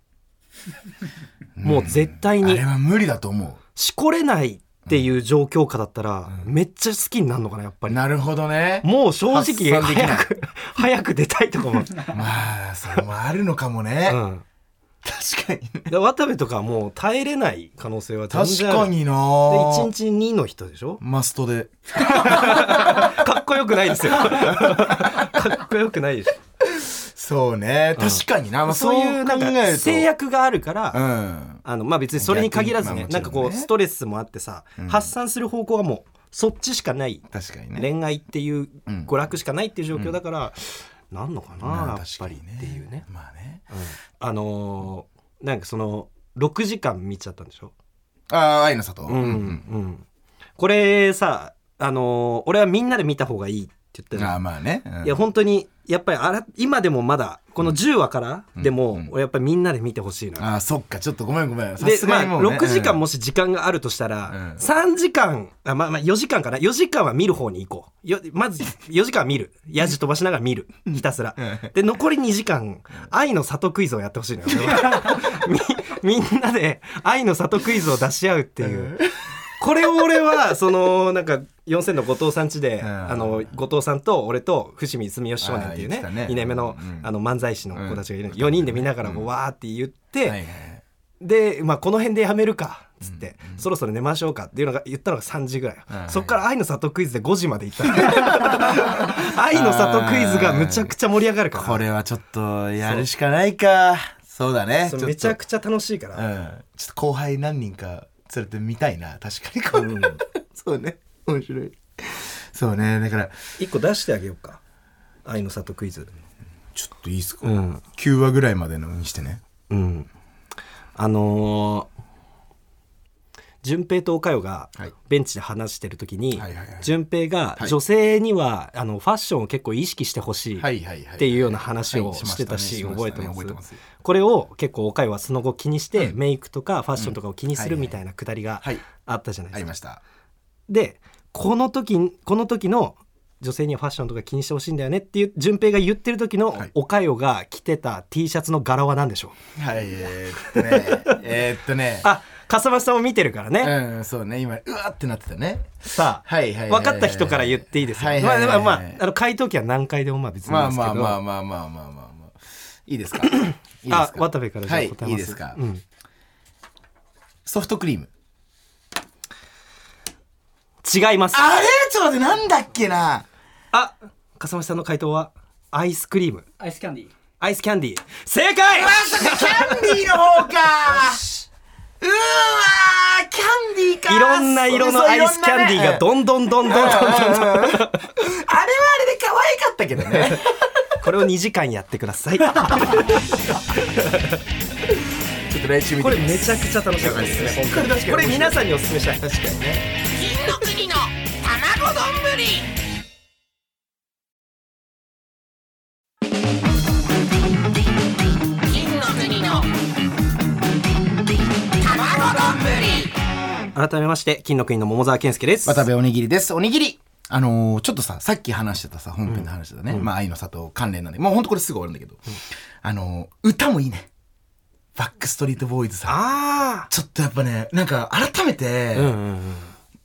Speaker 2: うん
Speaker 1: もう絶対
Speaker 2: あ
Speaker 1: に
Speaker 2: れは無理だと思
Speaker 1: しこれないっていう状況下だったら、めっちゃ好きになるのかなやっぱ
Speaker 2: う
Speaker 1: り
Speaker 2: なるほどね
Speaker 1: もう正直
Speaker 2: 発散できない
Speaker 1: 早 く早く出たいとかも、
Speaker 2: まあそれもあるのかもね、
Speaker 1: うん
Speaker 2: 確 かにね
Speaker 1: で、渡部とかはもう耐えれない可能性は全
Speaker 2: 確
Speaker 1: 然
Speaker 2: か
Speaker 1: ある
Speaker 2: にな
Speaker 1: で1日2の人でしょ
Speaker 2: マストで
Speaker 1: かっこよくない ですよかっこよくないでし
Speaker 2: そうね
Speaker 1: うん
Speaker 2: 確かにな、ま
Speaker 1: ょ
Speaker 2: あ、
Speaker 1: そういうなん
Speaker 2: 考える
Speaker 1: か
Speaker 2: と
Speaker 1: 制約があるから、
Speaker 2: うん
Speaker 1: あのまあ別にそれに限らずね,、
Speaker 2: 逆にま
Speaker 1: な
Speaker 2: あ
Speaker 1: んか
Speaker 2: もち
Speaker 1: こ
Speaker 2: ろん
Speaker 1: う
Speaker 2: ね
Speaker 1: ストレスもあってさ、
Speaker 2: うん
Speaker 1: 発散する方向はもうそっちしかない
Speaker 2: 確かにね
Speaker 1: 恋愛っていう
Speaker 2: うん
Speaker 1: 娯楽しかないっていう状況だから、なんのかな、
Speaker 2: まあ
Speaker 1: やっぱりっていうね、
Speaker 2: まあね
Speaker 1: うんあのーなんかその6時間見ちゃったんでしょ
Speaker 2: ああ愛の里
Speaker 1: うんうんこれさあのー俺はみんなで見た方がいいって言った
Speaker 2: うん
Speaker 1: じゃん
Speaker 2: ああまあね、うん
Speaker 1: いや本当にやっぱりあら今でもまだこの10話からで
Speaker 2: う
Speaker 1: も
Speaker 2: ん
Speaker 1: 俺やっぱりみんなで見てほしいな。
Speaker 2: ああそっかちょっとごめんごめんさ
Speaker 1: ですま
Speaker 2: が
Speaker 1: あ
Speaker 2: にもう、ね、
Speaker 1: 6時間
Speaker 2: うん
Speaker 1: もし時間があるとした
Speaker 2: う
Speaker 1: ら
Speaker 2: ん
Speaker 1: 3時間あまあまあ4時間かな4時間は見る方に行こうよまず4時間は見るやじ飛ばしながら見るひたすら
Speaker 2: うん
Speaker 1: で残り2時間愛の里クイズをやってほしいのよ俺はみみ んなで愛の里クイズを出し合うっていうこれを俺はそのなんか4000の後藤さんちで、
Speaker 2: うん
Speaker 1: あの後藤さんと俺と伏見住吉少年ってい
Speaker 2: あー言っ
Speaker 1: うね
Speaker 2: てたね
Speaker 1: 2年目の,、
Speaker 2: うん
Speaker 1: あの漫才師の子たちがいる、4人で見ながらこうわーって言って、
Speaker 2: はいはい
Speaker 1: で、まあ、この辺でやめるかっつって、そろそろ寝ましょうかっていうのが言ったのが3時ぐらい、
Speaker 2: うん
Speaker 1: そっから「愛の里クイズ」で5時まで行った 愛の里クイズがむちゃくちゃ盛り上がるから
Speaker 2: これはちょっとやるしかないかそうだね
Speaker 1: そう
Speaker 2: ちょっと
Speaker 1: めちゃくちゃ楽しいか
Speaker 2: う
Speaker 1: ら、
Speaker 2: んちょっと後輩何人か連れてみたいな確かにこれ、
Speaker 1: うん
Speaker 2: そうね面白いそうねだから
Speaker 1: 一個出してあげようか愛の里クイズ
Speaker 2: ちょっといいっすか、
Speaker 1: うん
Speaker 2: 9話ぐらいまでのにしてね
Speaker 1: うんあのー順平とおかよが
Speaker 2: はい
Speaker 1: ベンチで話してる時に
Speaker 2: はいはいはい
Speaker 1: 順平が
Speaker 2: はい
Speaker 1: 女性にはあのファッションを結構意識してほしい
Speaker 2: はいはいはい
Speaker 1: っていうような話を
Speaker 2: はいしま
Speaker 1: し
Speaker 2: してたね
Speaker 1: たし
Speaker 2: しま
Speaker 1: 覚え
Speaker 2: した
Speaker 1: て
Speaker 2: ね
Speaker 1: ま
Speaker 2: 覚えてますす
Speaker 1: これを結構おかよはその後気にして
Speaker 2: うん
Speaker 1: メイクとかファッションとかを気にする
Speaker 2: うん
Speaker 1: みたいなくだりが
Speaker 2: はい
Speaker 1: あったじゃない
Speaker 2: あ
Speaker 1: で
Speaker 2: り
Speaker 1: すか
Speaker 2: ま。した
Speaker 1: でこの時この時の女性にはファッションとか気にしてほしいんだよねっていう順平が言ってる時の
Speaker 2: はい
Speaker 1: おかよが着てた T シャツの柄は何でしょう
Speaker 2: はいえーっ とねえーっとね
Speaker 1: あ笠間さんを見てるからね、
Speaker 2: うんそうね今うわってなってたね
Speaker 1: さあ、
Speaker 2: はいはいはいはい
Speaker 1: 分かった人から言っていいですよ、
Speaker 2: はいはいはいはい
Speaker 1: まあまあまああの回答期は何回でもまあ別にいい
Speaker 2: ま
Speaker 1: で
Speaker 2: あ
Speaker 1: すけ
Speaker 2: ま
Speaker 1: ど
Speaker 2: あまあまあまあまあまあまあいいですかいいですか
Speaker 1: あ渡部からじゃあ答えます、
Speaker 2: はいいいですか
Speaker 1: うん、
Speaker 2: ソフトクリーム
Speaker 1: 違います
Speaker 2: あれちょっと待ってなんだっけな
Speaker 1: あ笠間さんの回答はアイスクリーム
Speaker 3: アイスキャンディー
Speaker 1: アイスキャンディー正解
Speaker 2: まさかキャンディーの方かうーわーキャンディーか
Speaker 1: いろんな色のアイスキャンディーが
Speaker 2: ん
Speaker 1: どんどんどんどんどんどん
Speaker 2: あれはあれで可愛かったけどね
Speaker 1: これを2時間やってください
Speaker 2: ちょっと来週見
Speaker 1: こ
Speaker 2: て
Speaker 1: れ
Speaker 2: みま
Speaker 1: め
Speaker 2: す
Speaker 1: ちゃくちゃ楽しかったですね
Speaker 2: これ確かに
Speaker 1: これ皆さんにおすすめしたい
Speaker 2: 確かにね
Speaker 4: 金の国の卵丼金の国の卵丼
Speaker 1: 改めまして金の国の桃沢健介です
Speaker 2: 渡部おにぎりです。おにぎりあのーちょっとさ、さっき話してたさ、本編の話だね。まあ、愛の里関連なんで、もうほんとこれすぐ終わるんだけど。あのー歌もいいね。バックストリートボーイズさん。
Speaker 1: あ
Speaker 2: ちょっとやっぱね、なんか改めて
Speaker 1: あ、うんうん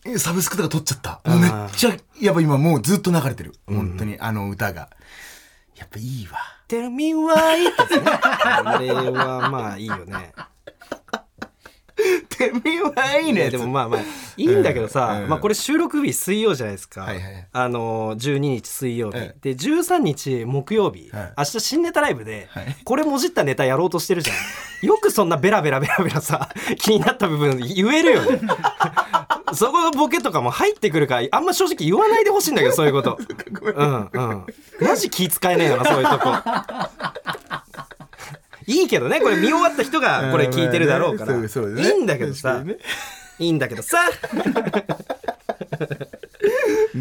Speaker 1: うん
Speaker 2: サブスクとか撮っちゃった。
Speaker 1: ん
Speaker 2: めっちゃ、やっぱ今もうずっと流れてる。本当に、あの歌が。やっぱいいわ。
Speaker 1: Tell me why ですねあれはまあいいよね
Speaker 2: てめはいい
Speaker 1: いや
Speaker 2: ね。
Speaker 1: で
Speaker 2: で
Speaker 1: も
Speaker 2: も、
Speaker 1: まあまあいいんだけどさ、
Speaker 2: うん
Speaker 1: まあ、これ収録日水曜じゃないですか、
Speaker 2: はいはい
Speaker 1: あのー12日水曜日、
Speaker 2: え
Speaker 1: で13日木曜日、
Speaker 2: はい
Speaker 1: 明日新ネタライブで、
Speaker 2: はい
Speaker 1: これもじったネタやろうとしてるじゃんよくそんなベラベラベラベラさ気になった部分言えるよねそこのボケとかも入ってくるからあんま正直言わないでほしいんだ けどそういうことうんうんマジ気使えねえよなそういうとこいいけどねこれ見終わった 人がこれ聞いてるだろうから、
Speaker 2: うんまあねそうそう
Speaker 1: い
Speaker 2: ね
Speaker 1: いんだけどさ、
Speaker 2: 確かにね
Speaker 1: いいんだけどさ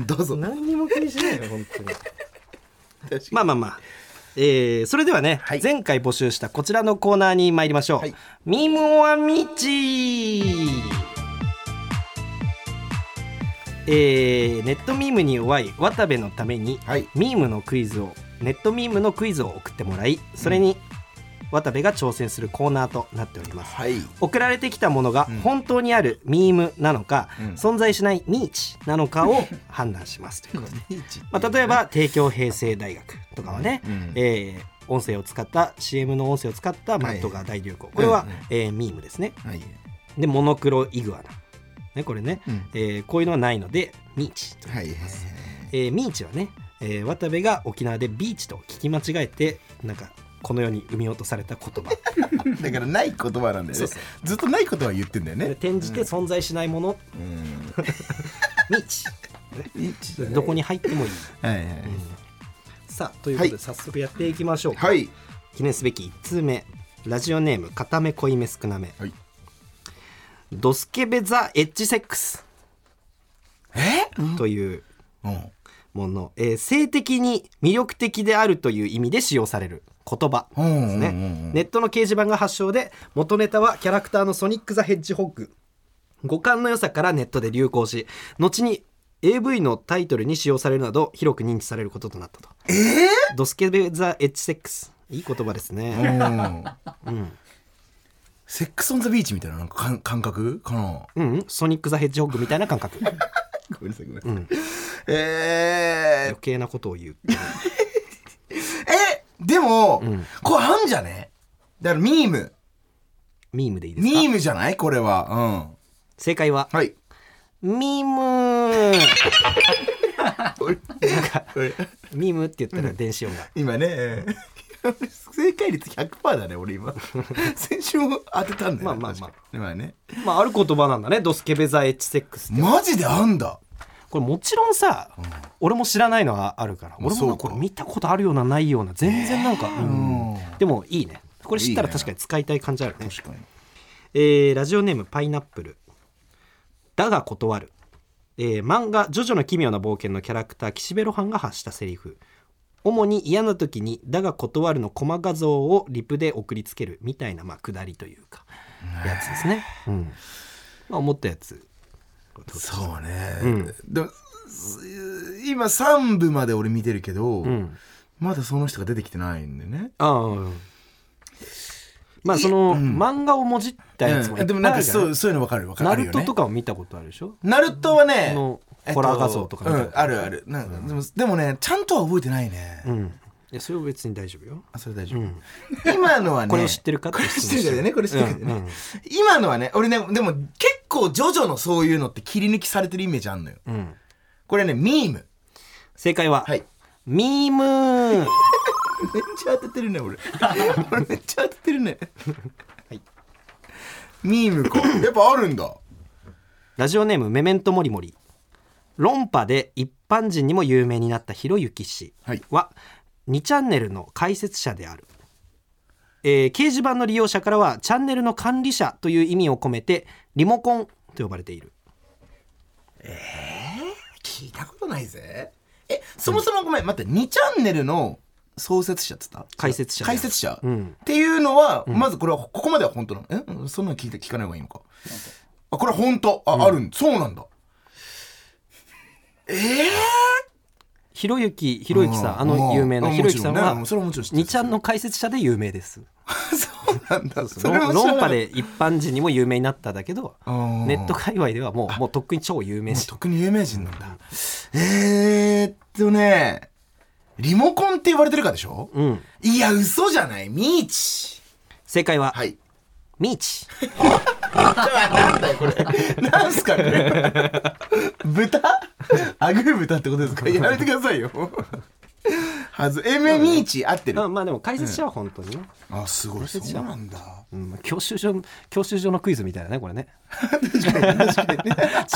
Speaker 2: どうぞ。
Speaker 1: 何にも気にしないよ本当に
Speaker 2: 確か
Speaker 1: まあまあまあえー、それではね、
Speaker 2: はい
Speaker 1: 前回募集したこちらのコーナーに参りましょう、
Speaker 2: はい
Speaker 1: ミモアミチえー、ネットミームに弱い渡部のために、
Speaker 2: はい
Speaker 1: ミームのクイズをネットミームのクイズを送ってもらいそれに渡部が挑戦するコーナーとなっております
Speaker 2: はい。
Speaker 1: 送られてきたものが本当にあるミームなのか、
Speaker 2: うん
Speaker 1: 存在しないミーチなのかを判断 しますということで、まあ、例えば帝京平成大学とかはね、
Speaker 2: うん
Speaker 1: えー音声を使った CM の音声を使ったマットが大流行、これは、えーミームですね
Speaker 2: はい。
Speaker 1: でモノクロイグアナ、ね、これね、
Speaker 2: うん
Speaker 1: えーこういうのはないのでミーチと、
Speaker 2: はい。
Speaker 1: えーミーチはね、えー渡部が沖縄でビーチと聞き間違えてなんかこの世に生み落とされた言 葉
Speaker 2: だからない言葉なんだよ
Speaker 1: そ
Speaker 2: ね
Speaker 1: うそう。
Speaker 2: ずっとない言葉言ってんだよ
Speaker 1: で
Speaker 2: ね。
Speaker 1: 転じて存在しないもの、
Speaker 2: うん。
Speaker 1: ミー チどこに入ってもいい。
Speaker 2: はいはいはい。
Speaker 1: さあということで
Speaker 2: はい
Speaker 1: 早速やっていきましょうか、
Speaker 2: はい。
Speaker 1: 記念すべき1通目ラジオネーム片目濃いめ少なめ、
Speaker 2: はい
Speaker 1: ドスケベザ・エッジセックス
Speaker 2: え
Speaker 1: という
Speaker 2: うん。
Speaker 1: もの、えー性的に魅力的であるという意味で使用される言葉
Speaker 2: うんうん
Speaker 1: で
Speaker 2: うん
Speaker 1: す
Speaker 2: う
Speaker 1: ね、
Speaker 2: ん
Speaker 1: ネットの掲示板が発祥で元ネタはキャラクターのソニック・ザ・ヘッジホッグ五感の良さからネットで流行し後に AV のタイトルに使用されるなど広く認知されることとなったと
Speaker 2: え
Speaker 1: ドスケベ・ザ・エッジセックスいい言葉ですね、
Speaker 2: うん。セックスオンザビーチみたいななんか感感覚かな。
Speaker 1: うんうん、ソニック・ザ・ヘッジホッグみたいな感覚
Speaker 2: ごめんなさいごめんなさい。え
Speaker 1: 余計なことを言うっていう
Speaker 2: ー、えでも、
Speaker 1: ん
Speaker 2: これあんじゃねだからミーム
Speaker 1: ミームでいいです
Speaker 2: ミ
Speaker 1: か
Speaker 2: ームじゃないこれは。
Speaker 1: 正解は
Speaker 2: うん。はい。
Speaker 1: ミーム
Speaker 2: 俺俺
Speaker 1: ミームって言ったら電子音が
Speaker 2: 今ね。 えー正解率100%だね俺 今先週も当てたんだよ、ね、
Speaker 1: まあまあまあ
Speaker 2: 確かに今ね
Speaker 1: まあある言葉なんだねドスケベ・ザ・エッジセックスって
Speaker 2: マジであんだ
Speaker 1: これもちろんさ、俺も知らないのはあるから
Speaker 2: まあ
Speaker 1: 俺
Speaker 2: そ
Speaker 1: も
Speaker 2: う
Speaker 1: なん
Speaker 2: か
Speaker 1: かこれ見たことあるようなないような全然なんか、うんでもいいねこれ知ったら
Speaker 2: いいね
Speaker 1: 確かに使いたい感じあるね
Speaker 2: 確かに
Speaker 1: えーラジオネームパイナップルだが断る、えー漫画「ジョジョの奇妙な冒険」のキャラクター岸辺露伴が発したセリフ主に嫌な時に「だが断る」のコマ画像をリプで送りつけるみたいなまあくだりというかやつですね、うんまあ、思ったやつ
Speaker 2: そうね、
Speaker 1: ん
Speaker 2: でもす今3部まで俺見てるけど、
Speaker 1: ん
Speaker 2: まだその人が出てきてないんでね
Speaker 1: ああうんまあその、漫画をもじったやつもい
Speaker 2: う
Speaker 1: っぱいあるじゃない、
Speaker 2: んでもなんかそうそういうの分かる分かる
Speaker 1: ナ
Speaker 2: ある
Speaker 1: ル
Speaker 2: よ
Speaker 1: ト
Speaker 2: ね
Speaker 1: とかを見たことあるでしょ
Speaker 2: ナルトはね
Speaker 1: の
Speaker 2: えっと
Speaker 1: ホラー画像とかみたいな
Speaker 2: うんあるあるなんか、でもでもねちゃんとは覚えてないね、
Speaker 1: うんいやそれは別に大丈夫よ
Speaker 2: あそれ大丈夫、今のはね
Speaker 1: これを知ってるかって
Speaker 2: これ知ってるかだよねこれ知ってるかだよね、
Speaker 1: うんうん
Speaker 2: 今のはね俺ねでも結構ジョジョのそういうのって切り抜きされてるイメージあんのよ
Speaker 1: うん
Speaker 2: これねミーム
Speaker 1: 正解は、
Speaker 2: はい
Speaker 1: ミームーン
Speaker 2: めっちゃ当ててるね俺 俺めっちゃ当ててるね
Speaker 1: はい
Speaker 2: ミームか やっぱあるんだ
Speaker 1: ラジオネームメメントモリモリ論破で一般人にも有名になったひろゆき氏
Speaker 2: はい
Speaker 1: は2チャンネルの解説者である、えー掲示板の利用者からはチャンネルの管理者という意味を込めてリモコンと呼ばれている
Speaker 2: 聞いたことないぜえそもそもごめん待って2チャンネルの創設者っつった
Speaker 1: 解説者
Speaker 2: 解説者、
Speaker 1: うん
Speaker 2: っていうのは、まずこれはここまでは本当なのえうんそんなの聞いて聞かない方がいいのかあこれは本当あ、あるんそうなんだええ
Speaker 1: ひろゆきひろゆきさんあ
Speaker 2: う
Speaker 1: の
Speaker 2: ん
Speaker 1: 有名な
Speaker 2: うん
Speaker 1: ひろゆきさん
Speaker 2: もちろ
Speaker 1: は
Speaker 2: ねうんそれはもちろん知ってる
Speaker 1: 2ちゃんの解説者で有名です
Speaker 2: そうなんだそれは知らなか
Speaker 1: 論
Speaker 2: った
Speaker 1: 論破で一般人にも有名になっただけど
Speaker 2: うん
Speaker 1: ネット界隈ではもうもうとっくに超有名
Speaker 2: もう
Speaker 1: 人
Speaker 2: 特に有名人なんだ。えー、っとね、リモコンって言われてるかでしょ、
Speaker 1: うん
Speaker 2: いや、嘘じゃないミーチ
Speaker 1: 正解は、
Speaker 2: はい。
Speaker 1: ミーチ
Speaker 2: なんすかこれ豚アグー豚ってことです かやめてくださいよ。はず、え、め、ミーチ合ってる
Speaker 1: あ。 まあでも解説者は本当にね、
Speaker 2: あ、すごい。そうなんだ。
Speaker 1: うんまあ教習所の教習所のクイズみたいなねこれね 自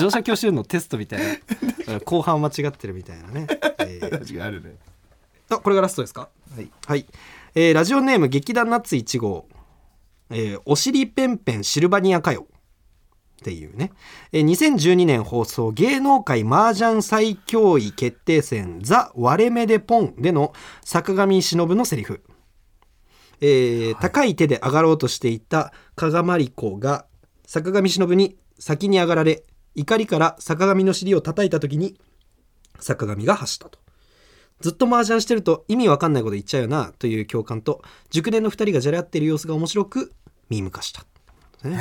Speaker 1: 動車教習のテストみたい な後半間違ってるみたいなね、えー
Speaker 2: 確かにあるね。
Speaker 1: あこれがラストですかはい、えーラジオネーム劇団ナッツ1号、えーおしりペンペンシルバニアかよ」っていうね、えー2012年放送芸能界麻雀最強位決定戦「ザ・割れ目でポン」での坂上忍のセリフ、えー高い手で上がろうとしていた加賀まり子が坂上忍に先に上がられ怒りから坂上の尻を叩いた時に坂上が発したと。ずっと麻雀してると意味わかんないこと言っちゃうよなという共感と熟年の2人がじゃれ合っている様子が面白くミーム化した。ね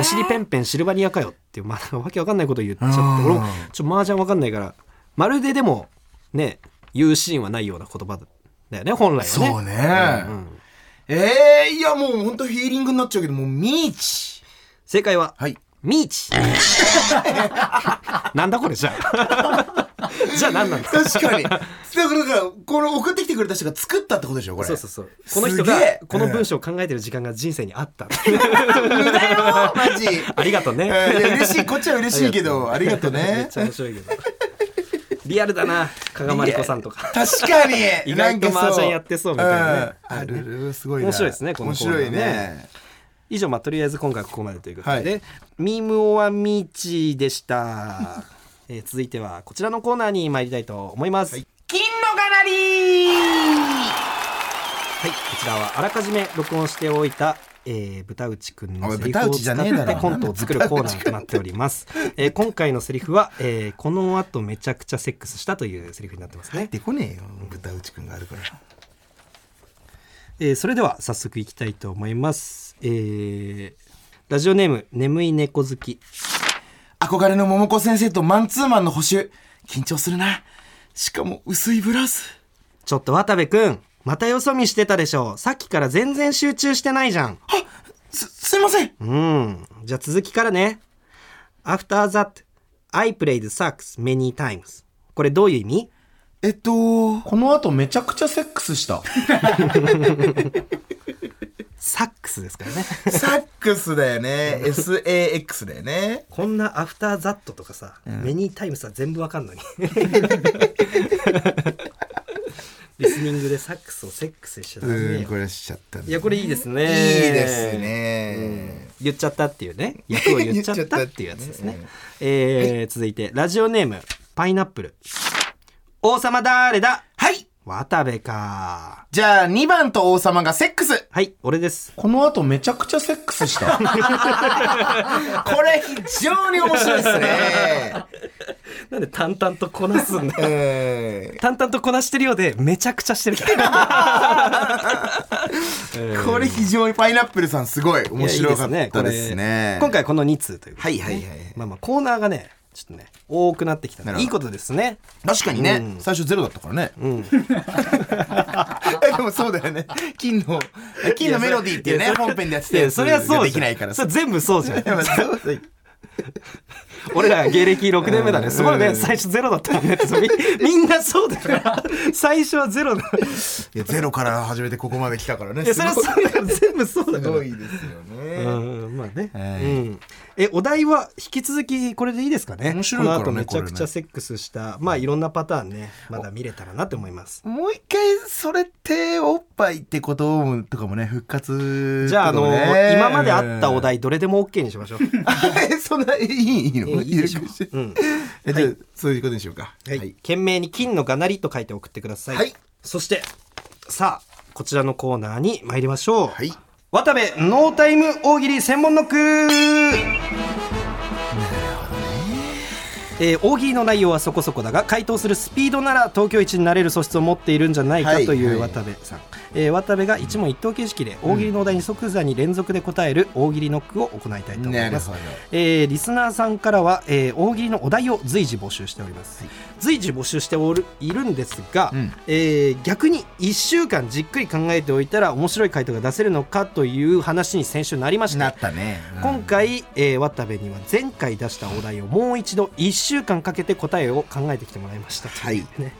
Speaker 1: お尻ペンペンシルバニアかよっていう、まあ、わけわかんないこと言っちゃって
Speaker 2: うん
Speaker 1: 俺もちょっと麻雀わかんないからまるででもね言うシーンはないような言葉だよね本来はね。
Speaker 2: そうね。
Speaker 1: うん
Speaker 2: えー、いや、もうほんとヒーリングになっちゃうけど、もうミーチ
Speaker 1: 正解は、
Speaker 2: はい。
Speaker 1: ミー チなんだこれじゃあ じゃあ何なんです
Speaker 2: 確
Speaker 1: か
Speaker 2: かに。だから、だからこの送ってきてくれた人が作ったってことでしょ、これ。
Speaker 1: そうそうそうこの人
Speaker 2: すげ
Speaker 1: が
Speaker 2: え
Speaker 1: この文章を考えてる時間が人生にあった
Speaker 2: 無駄よマジ
Speaker 1: ありがとうね
Speaker 2: うんいや嬉しいこっちは嬉しいけどありがとう
Speaker 1: めっ
Speaker 2: ね
Speaker 1: ちゃ面白いけどリアルだな加賀まりこさんとか
Speaker 2: 確かに
Speaker 1: 意外
Speaker 2: な
Speaker 1: と
Speaker 2: んかそう
Speaker 1: 麻雀やってそうみたいなね
Speaker 2: うんあるあるすごいな
Speaker 1: 面白いですねこの
Speaker 2: 面
Speaker 1: コーナー
Speaker 2: 白
Speaker 1: ね
Speaker 2: いね
Speaker 1: 以上まあとりあえず今回はここまでということで、
Speaker 2: は
Speaker 1: ミームオアミーチでした、えー続いてはこちらのコーナーに参りたいと思います、
Speaker 4: 金のガラリー
Speaker 1: はい、こちらはあらかじめ録音しておいた、えー、豚内くんの
Speaker 2: おい
Speaker 1: セリフを
Speaker 2: 豚内じ
Speaker 1: 使
Speaker 2: ゃ
Speaker 1: っ
Speaker 2: ねえだろ
Speaker 1: てコントを作るコーナーとなっており ます。えー、今回のセリフは、えー、この後めちゃくちゃセックスしたというセリフになってますね。
Speaker 2: でこねえよ豚内くんがあるから
Speaker 1: えー、それでは早速いきたいと思います。えー、ラジオネーム眠い猫好き。
Speaker 2: 憧れの桃子先生とマンツーマンの補習緊張するなしかも薄いブラウス
Speaker 1: ちょっと渡部くん、またよそ見してたでしょ。さっきから全然集中してないじゃん。
Speaker 2: すすいません
Speaker 1: うん。じゃあ続きからね。After that, I played sax many times. これどういう意味
Speaker 2: えっとこの後めちゃくちゃセックスした
Speaker 1: サックスですからね。
Speaker 2: サックスだよ ね SAX だよね
Speaker 1: こんなアフターザットとかさ、メニータイムさ全部わかん のに。リスニングでサックスをセックスしちゃダメ
Speaker 2: うん
Speaker 1: よ
Speaker 2: こ。れしちゃったね
Speaker 1: いや、これいいですね。
Speaker 2: いいですね。
Speaker 1: 言っちゃったっていう ね。役を言っちゃったっていうやつですね。えー続いて、ラジオネーム、パイナップル。王様誰だ
Speaker 2: はい
Speaker 1: 渡部か。
Speaker 2: じゃあ2番と王様がセックス
Speaker 1: はい、俺です。
Speaker 2: この後めちゃくちゃセックスした。 これ非常に面白いですね。
Speaker 1: なんで淡々とこな すんだよ。
Speaker 2: え
Speaker 1: 淡々とこなしてるようで、めちゃくちゃしてる から。
Speaker 2: ーこれ非常にパイナップルさんすごい面白かったです
Speaker 1: いやいい
Speaker 2: ね。
Speaker 1: これ今回この2通ということ
Speaker 2: は
Speaker 1: で
Speaker 2: いはいはい。
Speaker 1: まあまあコーナーがねちょっとね多くなってきた
Speaker 2: なる
Speaker 1: ね
Speaker 2: ほ
Speaker 1: い
Speaker 2: ど
Speaker 1: いことですね
Speaker 2: 確かにね、最初ゼロだったからね。 えでもそうだよね。金の、 金のメロディーっていうね、本編でやって
Speaker 1: い
Speaker 2: て、
Speaker 1: やそれはそうじゃん
Speaker 2: できないから
Speaker 1: そ
Speaker 2: さ
Speaker 1: れ。全部そうじゃ
Speaker 2: い
Speaker 1: ん
Speaker 2: やまあそう
Speaker 1: 俺ら芸歴6年目だねすごいね最初ゼロだったもん ねってみみんなそうだよ最初はゼロだ
Speaker 2: いやゼロから始めてここまで来たからね
Speaker 1: いやそれは
Speaker 2: すご
Speaker 1: そうだから全部そうだ
Speaker 2: す
Speaker 1: か
Speaker 2: ご
Speaker 1: ら
Speaker 2: いですよね、
Speaker 1: うんまあね、
Speaker 2: はい
Speaker 1: うん、えお題は引き続きこれでいいですかね
Speaker 2: 面白いからね
Speaker 1: この後めちゃ
Speaker 2: こ
Speaker 1: くち
Speaker 2: れね
Speaker 1: ゃセックスした、まあいろんなパターンねまだ見れたらなって思います
Speaker 2: もう一回それっておっぱいってこととかもね復活
Speaker 1: じゃあ、あ
Speaker 2: とか
Speaker 1: の
Speaker 2: もね
Speaker 1: 今まであったお題どれでも OK にしましょう
Speaker 2: えそんないいいいの
Speaker 1: いいでしょ
Speaker 2: よくして
Speaker 1: うん
Speaker 2: えじゃあそういうことにしようか
Speaker 1: はい、懸命に金のがなりと書いて送ってください、
Speaker 2: はい
Speaker 1: そしてさあこちらのコーナーに参りましょう、
Speaker 2: はい
Speaker 1: 渡部ノータイム大喜利専門ノックえー大喜利の内容はそこそこだが回答するスピードなら東京一になれる素質を持っているんじゃないか
Speaker 2: はい
Speaker 1: という
Speaker 2: はい
Speaker 1: 渡部さん、えー渡部が一問一答形式で大喜利のお題に即座に連続で答える大喜利ノックを行いたいと思
Speaker 2: ないる
Speaker 1: ます
Speaker 2: ほど
Speaker 1: えーリスナーさんからは、えー大喜利のお題を随時募集しております、随時募集しておるいるんですが、
Speaker 2: うん
Speaker 1: えー逆に1週間じっくり考えておいたら面白い回答が出せるのかという話に先週なりました
Speaker 2: なったね
Speaker 1: 今回、えー渡部には前回出したお題をもう一度1週間かけて答えを考えてきてもらいました
Speaker 2: はい
Speaker 1: ね、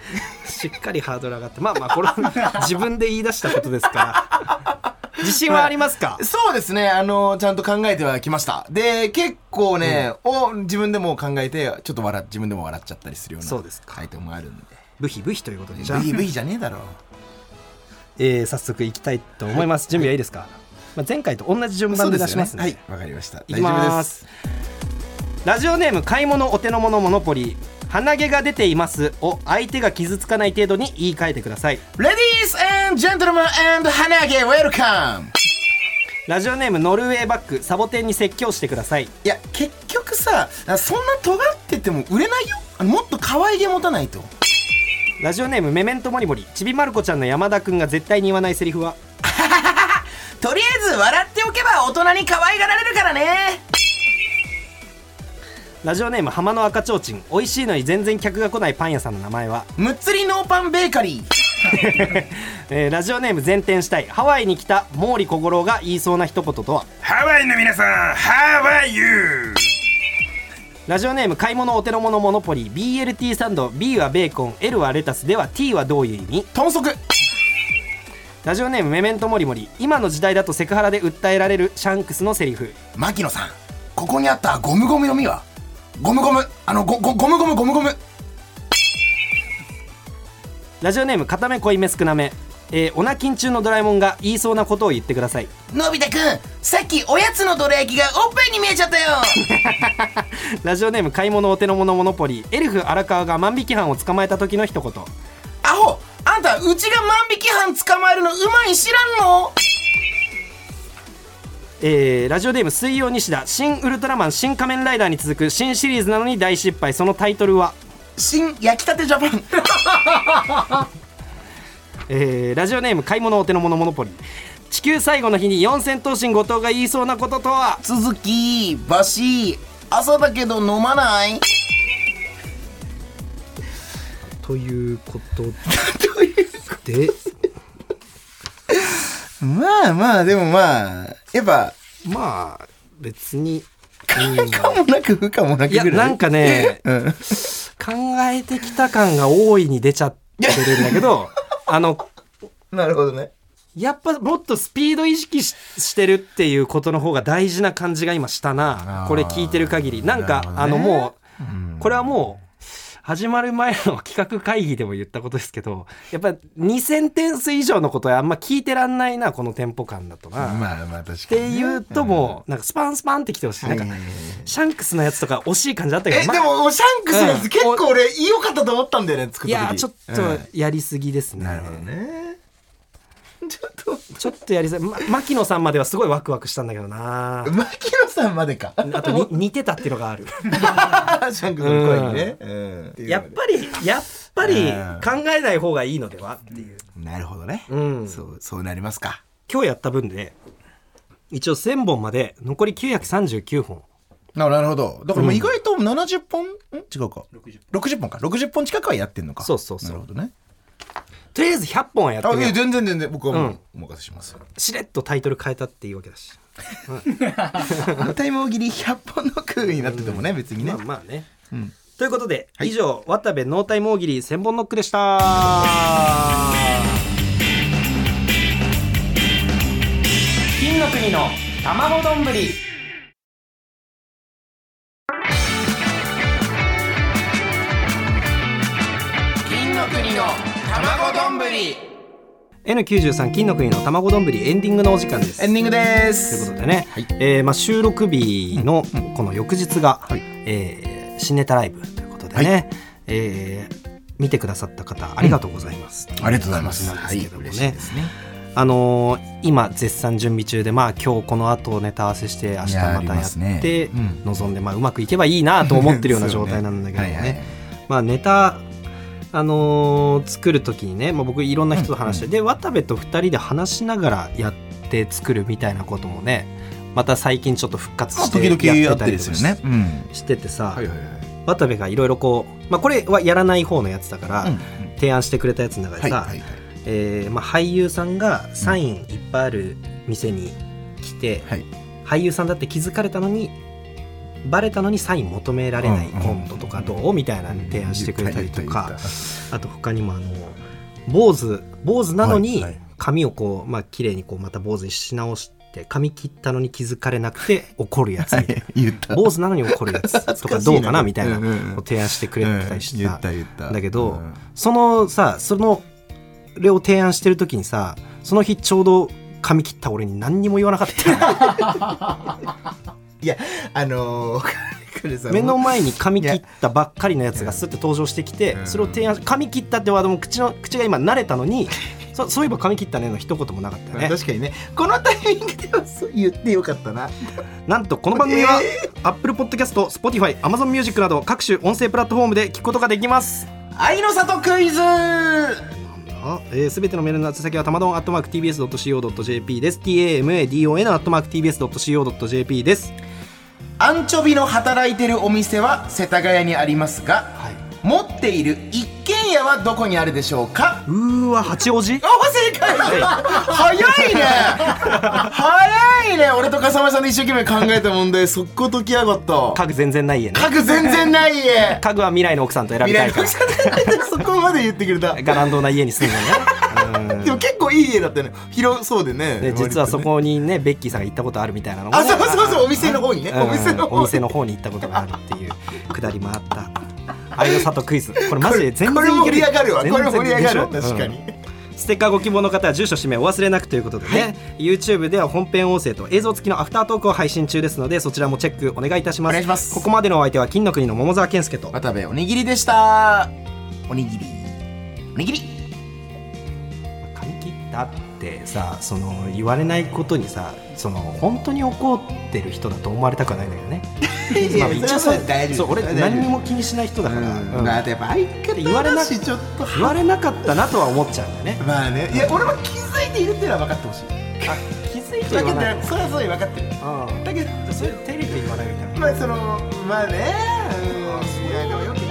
Speaker 1: しっかりハードル上がってまあまあこれは自分で言い出したことですから自信はあります か、
Speaker 2: そうですねあのちゃんと考えてはきましたで結構ね、を自分でも考えてちょっと笑っ自分でも笑っちゃったりするような
Speaker 1: そうですか
Speaker 2: 回答もあるんで
Speaker 1: ブヒブヒということでじゃあ
Speaker 2: ブヒブヒじゃねえだろ
Speaker 1: えー早速いきたいと思います準備はいいですか、まあ、前回と同じ順番で出しますね
Speaker 2: そうでよはいわかりました
Speaker 1: いきますラジオネーム買い物お手の物モノポリー鼻毛が出ていますを相手が傷つかない程度に言い換えてください
Speaker 2: レディース and ジェントルマン and 花毛ウェルカム
Speaker 1: ラジオネームノルウェーバックサボテンに説教してください
Speaker 2: いや結局さそんな尖ってても売れないよあのもっと可愛げ持たないと
Speaker 1: ラジオネームメメントモリモリちびまる子ちゃんの山田くんが絶対に言わないセリフは
Speaker 2: とりあえず笑っておけば大人に可愛がられるからね
Speaker 1: ラジオネーム浜の赤ちょうちん美味しいのに全然客が来ないパン屋さんの名前 は、
Speaker 2: むっつりノーパンベーカリー
Speaker 1: えーラジオネーム前転したいハワイに来た毛利小五郎が言いそうな一言とは
Speaker 3: ハワイの皆さん、ハワイユー
Speaker 1: ラジオネーム買い物お手の物モノポリー BLT サンド B はベーコン L はレタスでは T はどういう意味
Speaker 2: 豚足
Speaker 1: ラジオネームメメントモリモリ今の時代だとセクハラで訴えられるシャンクスのセリフ
Speaker 2: 牧野さんここにあったゴムゴムの実はゴムゴムあのゴゴゴムゴムゴムゴム
Speaker 1: ラジオネーム片目濃いめ少なめえー、オナキン中のドラえもんが言いそうなことを言ってください
Speaker 2: のび太くんさっきおやつのどら焼きがおっぱいに見えちゃったよ
Speaker 1: ラジオネーム買い物お手の物モノポリーエルフ荒川が万引き犯を捕まえた時の一言
Speaker 2: アホあんたうちが万引き犯捕まえるのうまいん知らんの
Speaker 1: えー、ラジオネーム水曜西田新ウルトラマン新仮面ライダーに続く新シリーズなのに大失敗そのタイトルは
Speaker 2: 新焼きたてジャ パン
Speaker 1: えーラジオネーム買い物お手の物モノポリ地球最後の日に四千頭身後藤が言いそうなこととは
Speaker 2: 続きバシ朝だけど飲まない
Speaker 1: ということで
Speaker 2: まあまあでもまあやっぱ
Speaker 1: まあ別に
Speaker 2: 可もなく不可もなく
Speaker 1: いや
Speaker 2: ぐらい
Speaker 1: なんかね
Speaker 2: うん
Speaker 1: 考えてきた感が大いに出ちゃってるんだけ どあの
Speaker 2: なるほどね
Speaker 1: やっぱもっとスピード意識ししてるっていうことの方が大事な感じが今したな
Speaker 2: あー
Speaker 1: これ聞いてる限りなんか
Speaker 2: なるほどね
Speaker 1: あのもう、
Speaker 2: うん
Speaker 1: これはもう始まる前の企画会議でも言ったことですけどやっぱ2,000点数以上のことはあんま聞いてらんないなこのテンポ感だとな。っ
Speaker 2: まあまあ確か
Speaker 1: て
Speaker 2: にね
Speaker 1: いうともうなんかスパンスパンってきてほしいなんか
Speaker 2: はいはいはい
Speaker 1: シャンクスのやつとか惜しい感じだったけど
Speaker 2: え、
Speaker 1: まあ
Speaker 2: でも、シャンクスのやつ結構俺、良かったと思ったんだよね、作
Speaker 1: い
Speaker 2: った時
Speaker 1: やーちょっ
Speaker 2: うん
Speaker 1: とやりすぎですね。
Speaker 2: なるほどね。ちょっと、
Speaker 1: ちょっとやりすぎ、ま、牧野さんまではすごいワクワクしたんだけどな
Speaker 2: 牧野さんまでか。シ
Speaker 1: あと に似てたっていうのがある。
Speaker 2: ャンクスの声にね。うん
Speaker 1: やっぱり、やっぱり
Speaker 2: うん
Speaker 1: 考えない方がいいのではっていう。
Speaker 2: なるほどね。
Speaker 1: うん
Speaker 2: そう、そうなりますか。
Speaker 1: 今日やった分で、一応1000本まで残り939本。
Speaker 2: ななるほど。だからもう意外と70本、ん違うか。60本か。60本近くはやってんのか。
Speaker 1: そうそうそう
Speaker 2: なるほどね。
Speaker 1: とりあえず100本はやって
Speaker 2: あ
Speaker 1: み
Speaker 2: い
Speaker 1: よ
Speaker 2: や
Speaker 1: う
Speaker 2: 全然全然僕はも
Speaker 1: うん
Speaker 2: うお任せしますよ、
Speaker 1: しれっとタイトル変えたっていいわけだし
Speaker 2: 反対もぎり100本の空になっててもね別にね、
Speaker 1: まあまあね、
Speaker 2: ん
Speaker 1: ということで、以上渡部ノータイム大喜利千本ノックでしたは
Speaker 4: 金の国の卵丼ぶり金の国の卵丼ぶり
Speaker 1: N93 金の国の卵丼ぶりエンディングのお時間です
Speaker 2: エンディングで
Speaker 1: という
Speaker 2: す
Speaker 1: ことでね、えーまあ、収録日のこの翌日が、えー新ネタライブということでね、えー見てくださった方ありがとうございます、
Speaker 2: ありがとうございます
Speaker 1: なんですけどもね、
Speaker 2: はい嬉しいですね
Speaker 1: あのー今絶賛準備中でまあ今日この後ネタ合わせして明日
Speaker 2: いや
Speaker 1: ま
Speaker 2: あり
Speaker 1: た
Speaker 2: ま
Speaker 1: やっ
Speaker 2: すね
Speaker 1: て
Speaker 2: うん
Speaker 1: 望んでまあうまくいけばいいなと思ってるような状態なんだけどね
Speaker 2: そうはいはい
Speaker 1: まあネタあのー作る時にね、まあ、僕いろんな人と話して、で渡部と2人で話しながらやって作るみたいなこともねまた最近ちょっと復活して
Speaker 2: 時々
Speaker 1: や
Speaker 2: や
Speaker 1: っ
Speaker 2: ってて
Speaker 1: たり
Speaker 2: で
Speaker 1: と
Speaker 2: す
Speaker 1: か
Speaker 2: よね、
Speaker 1: し
Speaker 2: うん
Speaker 1: しててさ、
Speaker 2: はいはいはい
Speaker 1: 渡部がいろいろこう、まあ、これはやらない方のやつだから、
Speaker 2: うん
Speaker 1: 提案してくれたやつの中
Speaker 2: は
Speaker 1: で
Speaker 2: い
Speaker 1: さ、
Speaker 2: はいはい
Speaker 1: えーまあ、俳優さんがサインいっぱいある店に来て、
Speaker 2: はい
Speaker 1: 俳優さんだって気づかれたのにバレたのにサイン求められない
Speaker 2: うんうん
Speaker 1: コントとかどうみたいな提案してくれたりと
Speaker 2: 言
Speaker 1: か
Speaker 2: った言った
Speaker 1: あと他にもあの坊主坊主なのに
Speaker 2: はいはい
Speaker 1: 髪をこうまあ綺麗にこうまた坊主にし直して髪切ったのに気づかれなくて怒るやつみたいな
Speaker 2: 言った
Speaker 1: 坊主なのに怒るやつとかどうかなみたいなを提案してくれたりして
Speaker 2: 言
Speaker 1: た
Speaker 2: った言った
Speaker 1: だけ
Speaker 2: う
Speaker 1: ど
Speaker 2: ん
Speaker 1: そのさそのそれを提案してる時にさその日ちょうど髪切った俺に何にも言わなかった よ
Speaker 2: いやあのー これさ
Speaker 1: 目の前に髪切ったばっかりのやつがスッて登場してきて
Speaker 2: うん
Speaker 1: それを提案し髪切ったってワードも口の口が今慣れたのにそそういえば髪切ったねの一言もなかったよね
Speaker 2: 確かにねこのタイミングではそう言ってよかったな
Speaker 1: なんとこの番組は Apple Podcast、Spotify、AmazonMusic など各種音声プラットフォームで聞くことができます
Speaker 2: 愛の里クイズ
Speaker 1: なんだえー、全てのメールの宛先はたまどん atmarktbs.co.jp です tamadon atmarktbs.co.jp です
Speaker 2: アンチョビの働いてるお店は世田谷にありますが、持っている一軒家はどこにあるでしょうか
Speaker 1: うーわ八王子
Speaker 2: あ正解早いね早いね俺と笠間さんで一生懸命考えた問題速攻解きやがった
Speaker 1: 家具全然ない家ね
Speaker 2: 家具全然ない家
Speaker 1: 家具は未来の奥さんと選び
Speaker 2: 未来
Speaker 1: たい
Speaker 2: の
Speaker 1: か
Speaker 2: 奥さんそこまで言ってくれた
Speaker 1: らガランドな家に住ん でねうん
Speaker 2: でも結構いい家だったね広そうでね
Speaker 1: で実はそ
Speaker 2: 割
Speaker 1: こにねベッキーさんが行ったことあるみたいなのも
Speaker 2: と
Speaker 1: ね
Speaker 2: ねあそうそうそうお店の方にね
Speaker 1: うん
Speaker 2: お店の
Speaker 1: お
Speaker 2: 方に
Speaker 1: 店の方に行ったことがあるっていうくだりもあった愛の里クイズこれマジで全
Speaker 2: これ
Speaker 1: 然い
Speaker 2: 盛
Speaker 1: け
Speaker 2: り
Speaker 1: る
Speaker 2: 上がるわこれ盛り上がるわ
Speaker 1: でしょ
Speaker 2: 確かに、
Speaker 1: ステッカーご希望の方は住所氏名お忘れなくということでね、YouTube では本編音声と映像付きのアフタートークを配信中ですのでそちらもチェックお願いいたします
Speaker 2: お願いします
Speaker 1: ここまでのお相手は金の国の桃沢健介と
Speaker 2: 渡部おにぎりでしたおにぎりおにぎり
Speaker 1: 髪切ったってさその言われないことにさその本当に怒ってる人だと思われたくはないんだけどねまあ一応そうそう俺何にも気にしない人だから、うん
Speaker 2: まあでも相方
Speaker 1: 言われな
Speaker 2: だ
Speaker 1: く
Speaker 2: しちょっと
Speaker 1: 言われなかったなとは思っちゃうんだよね
Speaker 2: まあねいや俺は気づいているっていうのは分かってほしい
Speaker 1: 気づいて
Speaker 2: 分か
Speaker 1: 言わ
Speaker 2: って
Speaker 1: ない
Speaker 2: るそれはそう分かってるだけど
Speaker 1: うんそれ照れて言わないみたいな
Speaker 2: まあそのまあねうんいやでもよく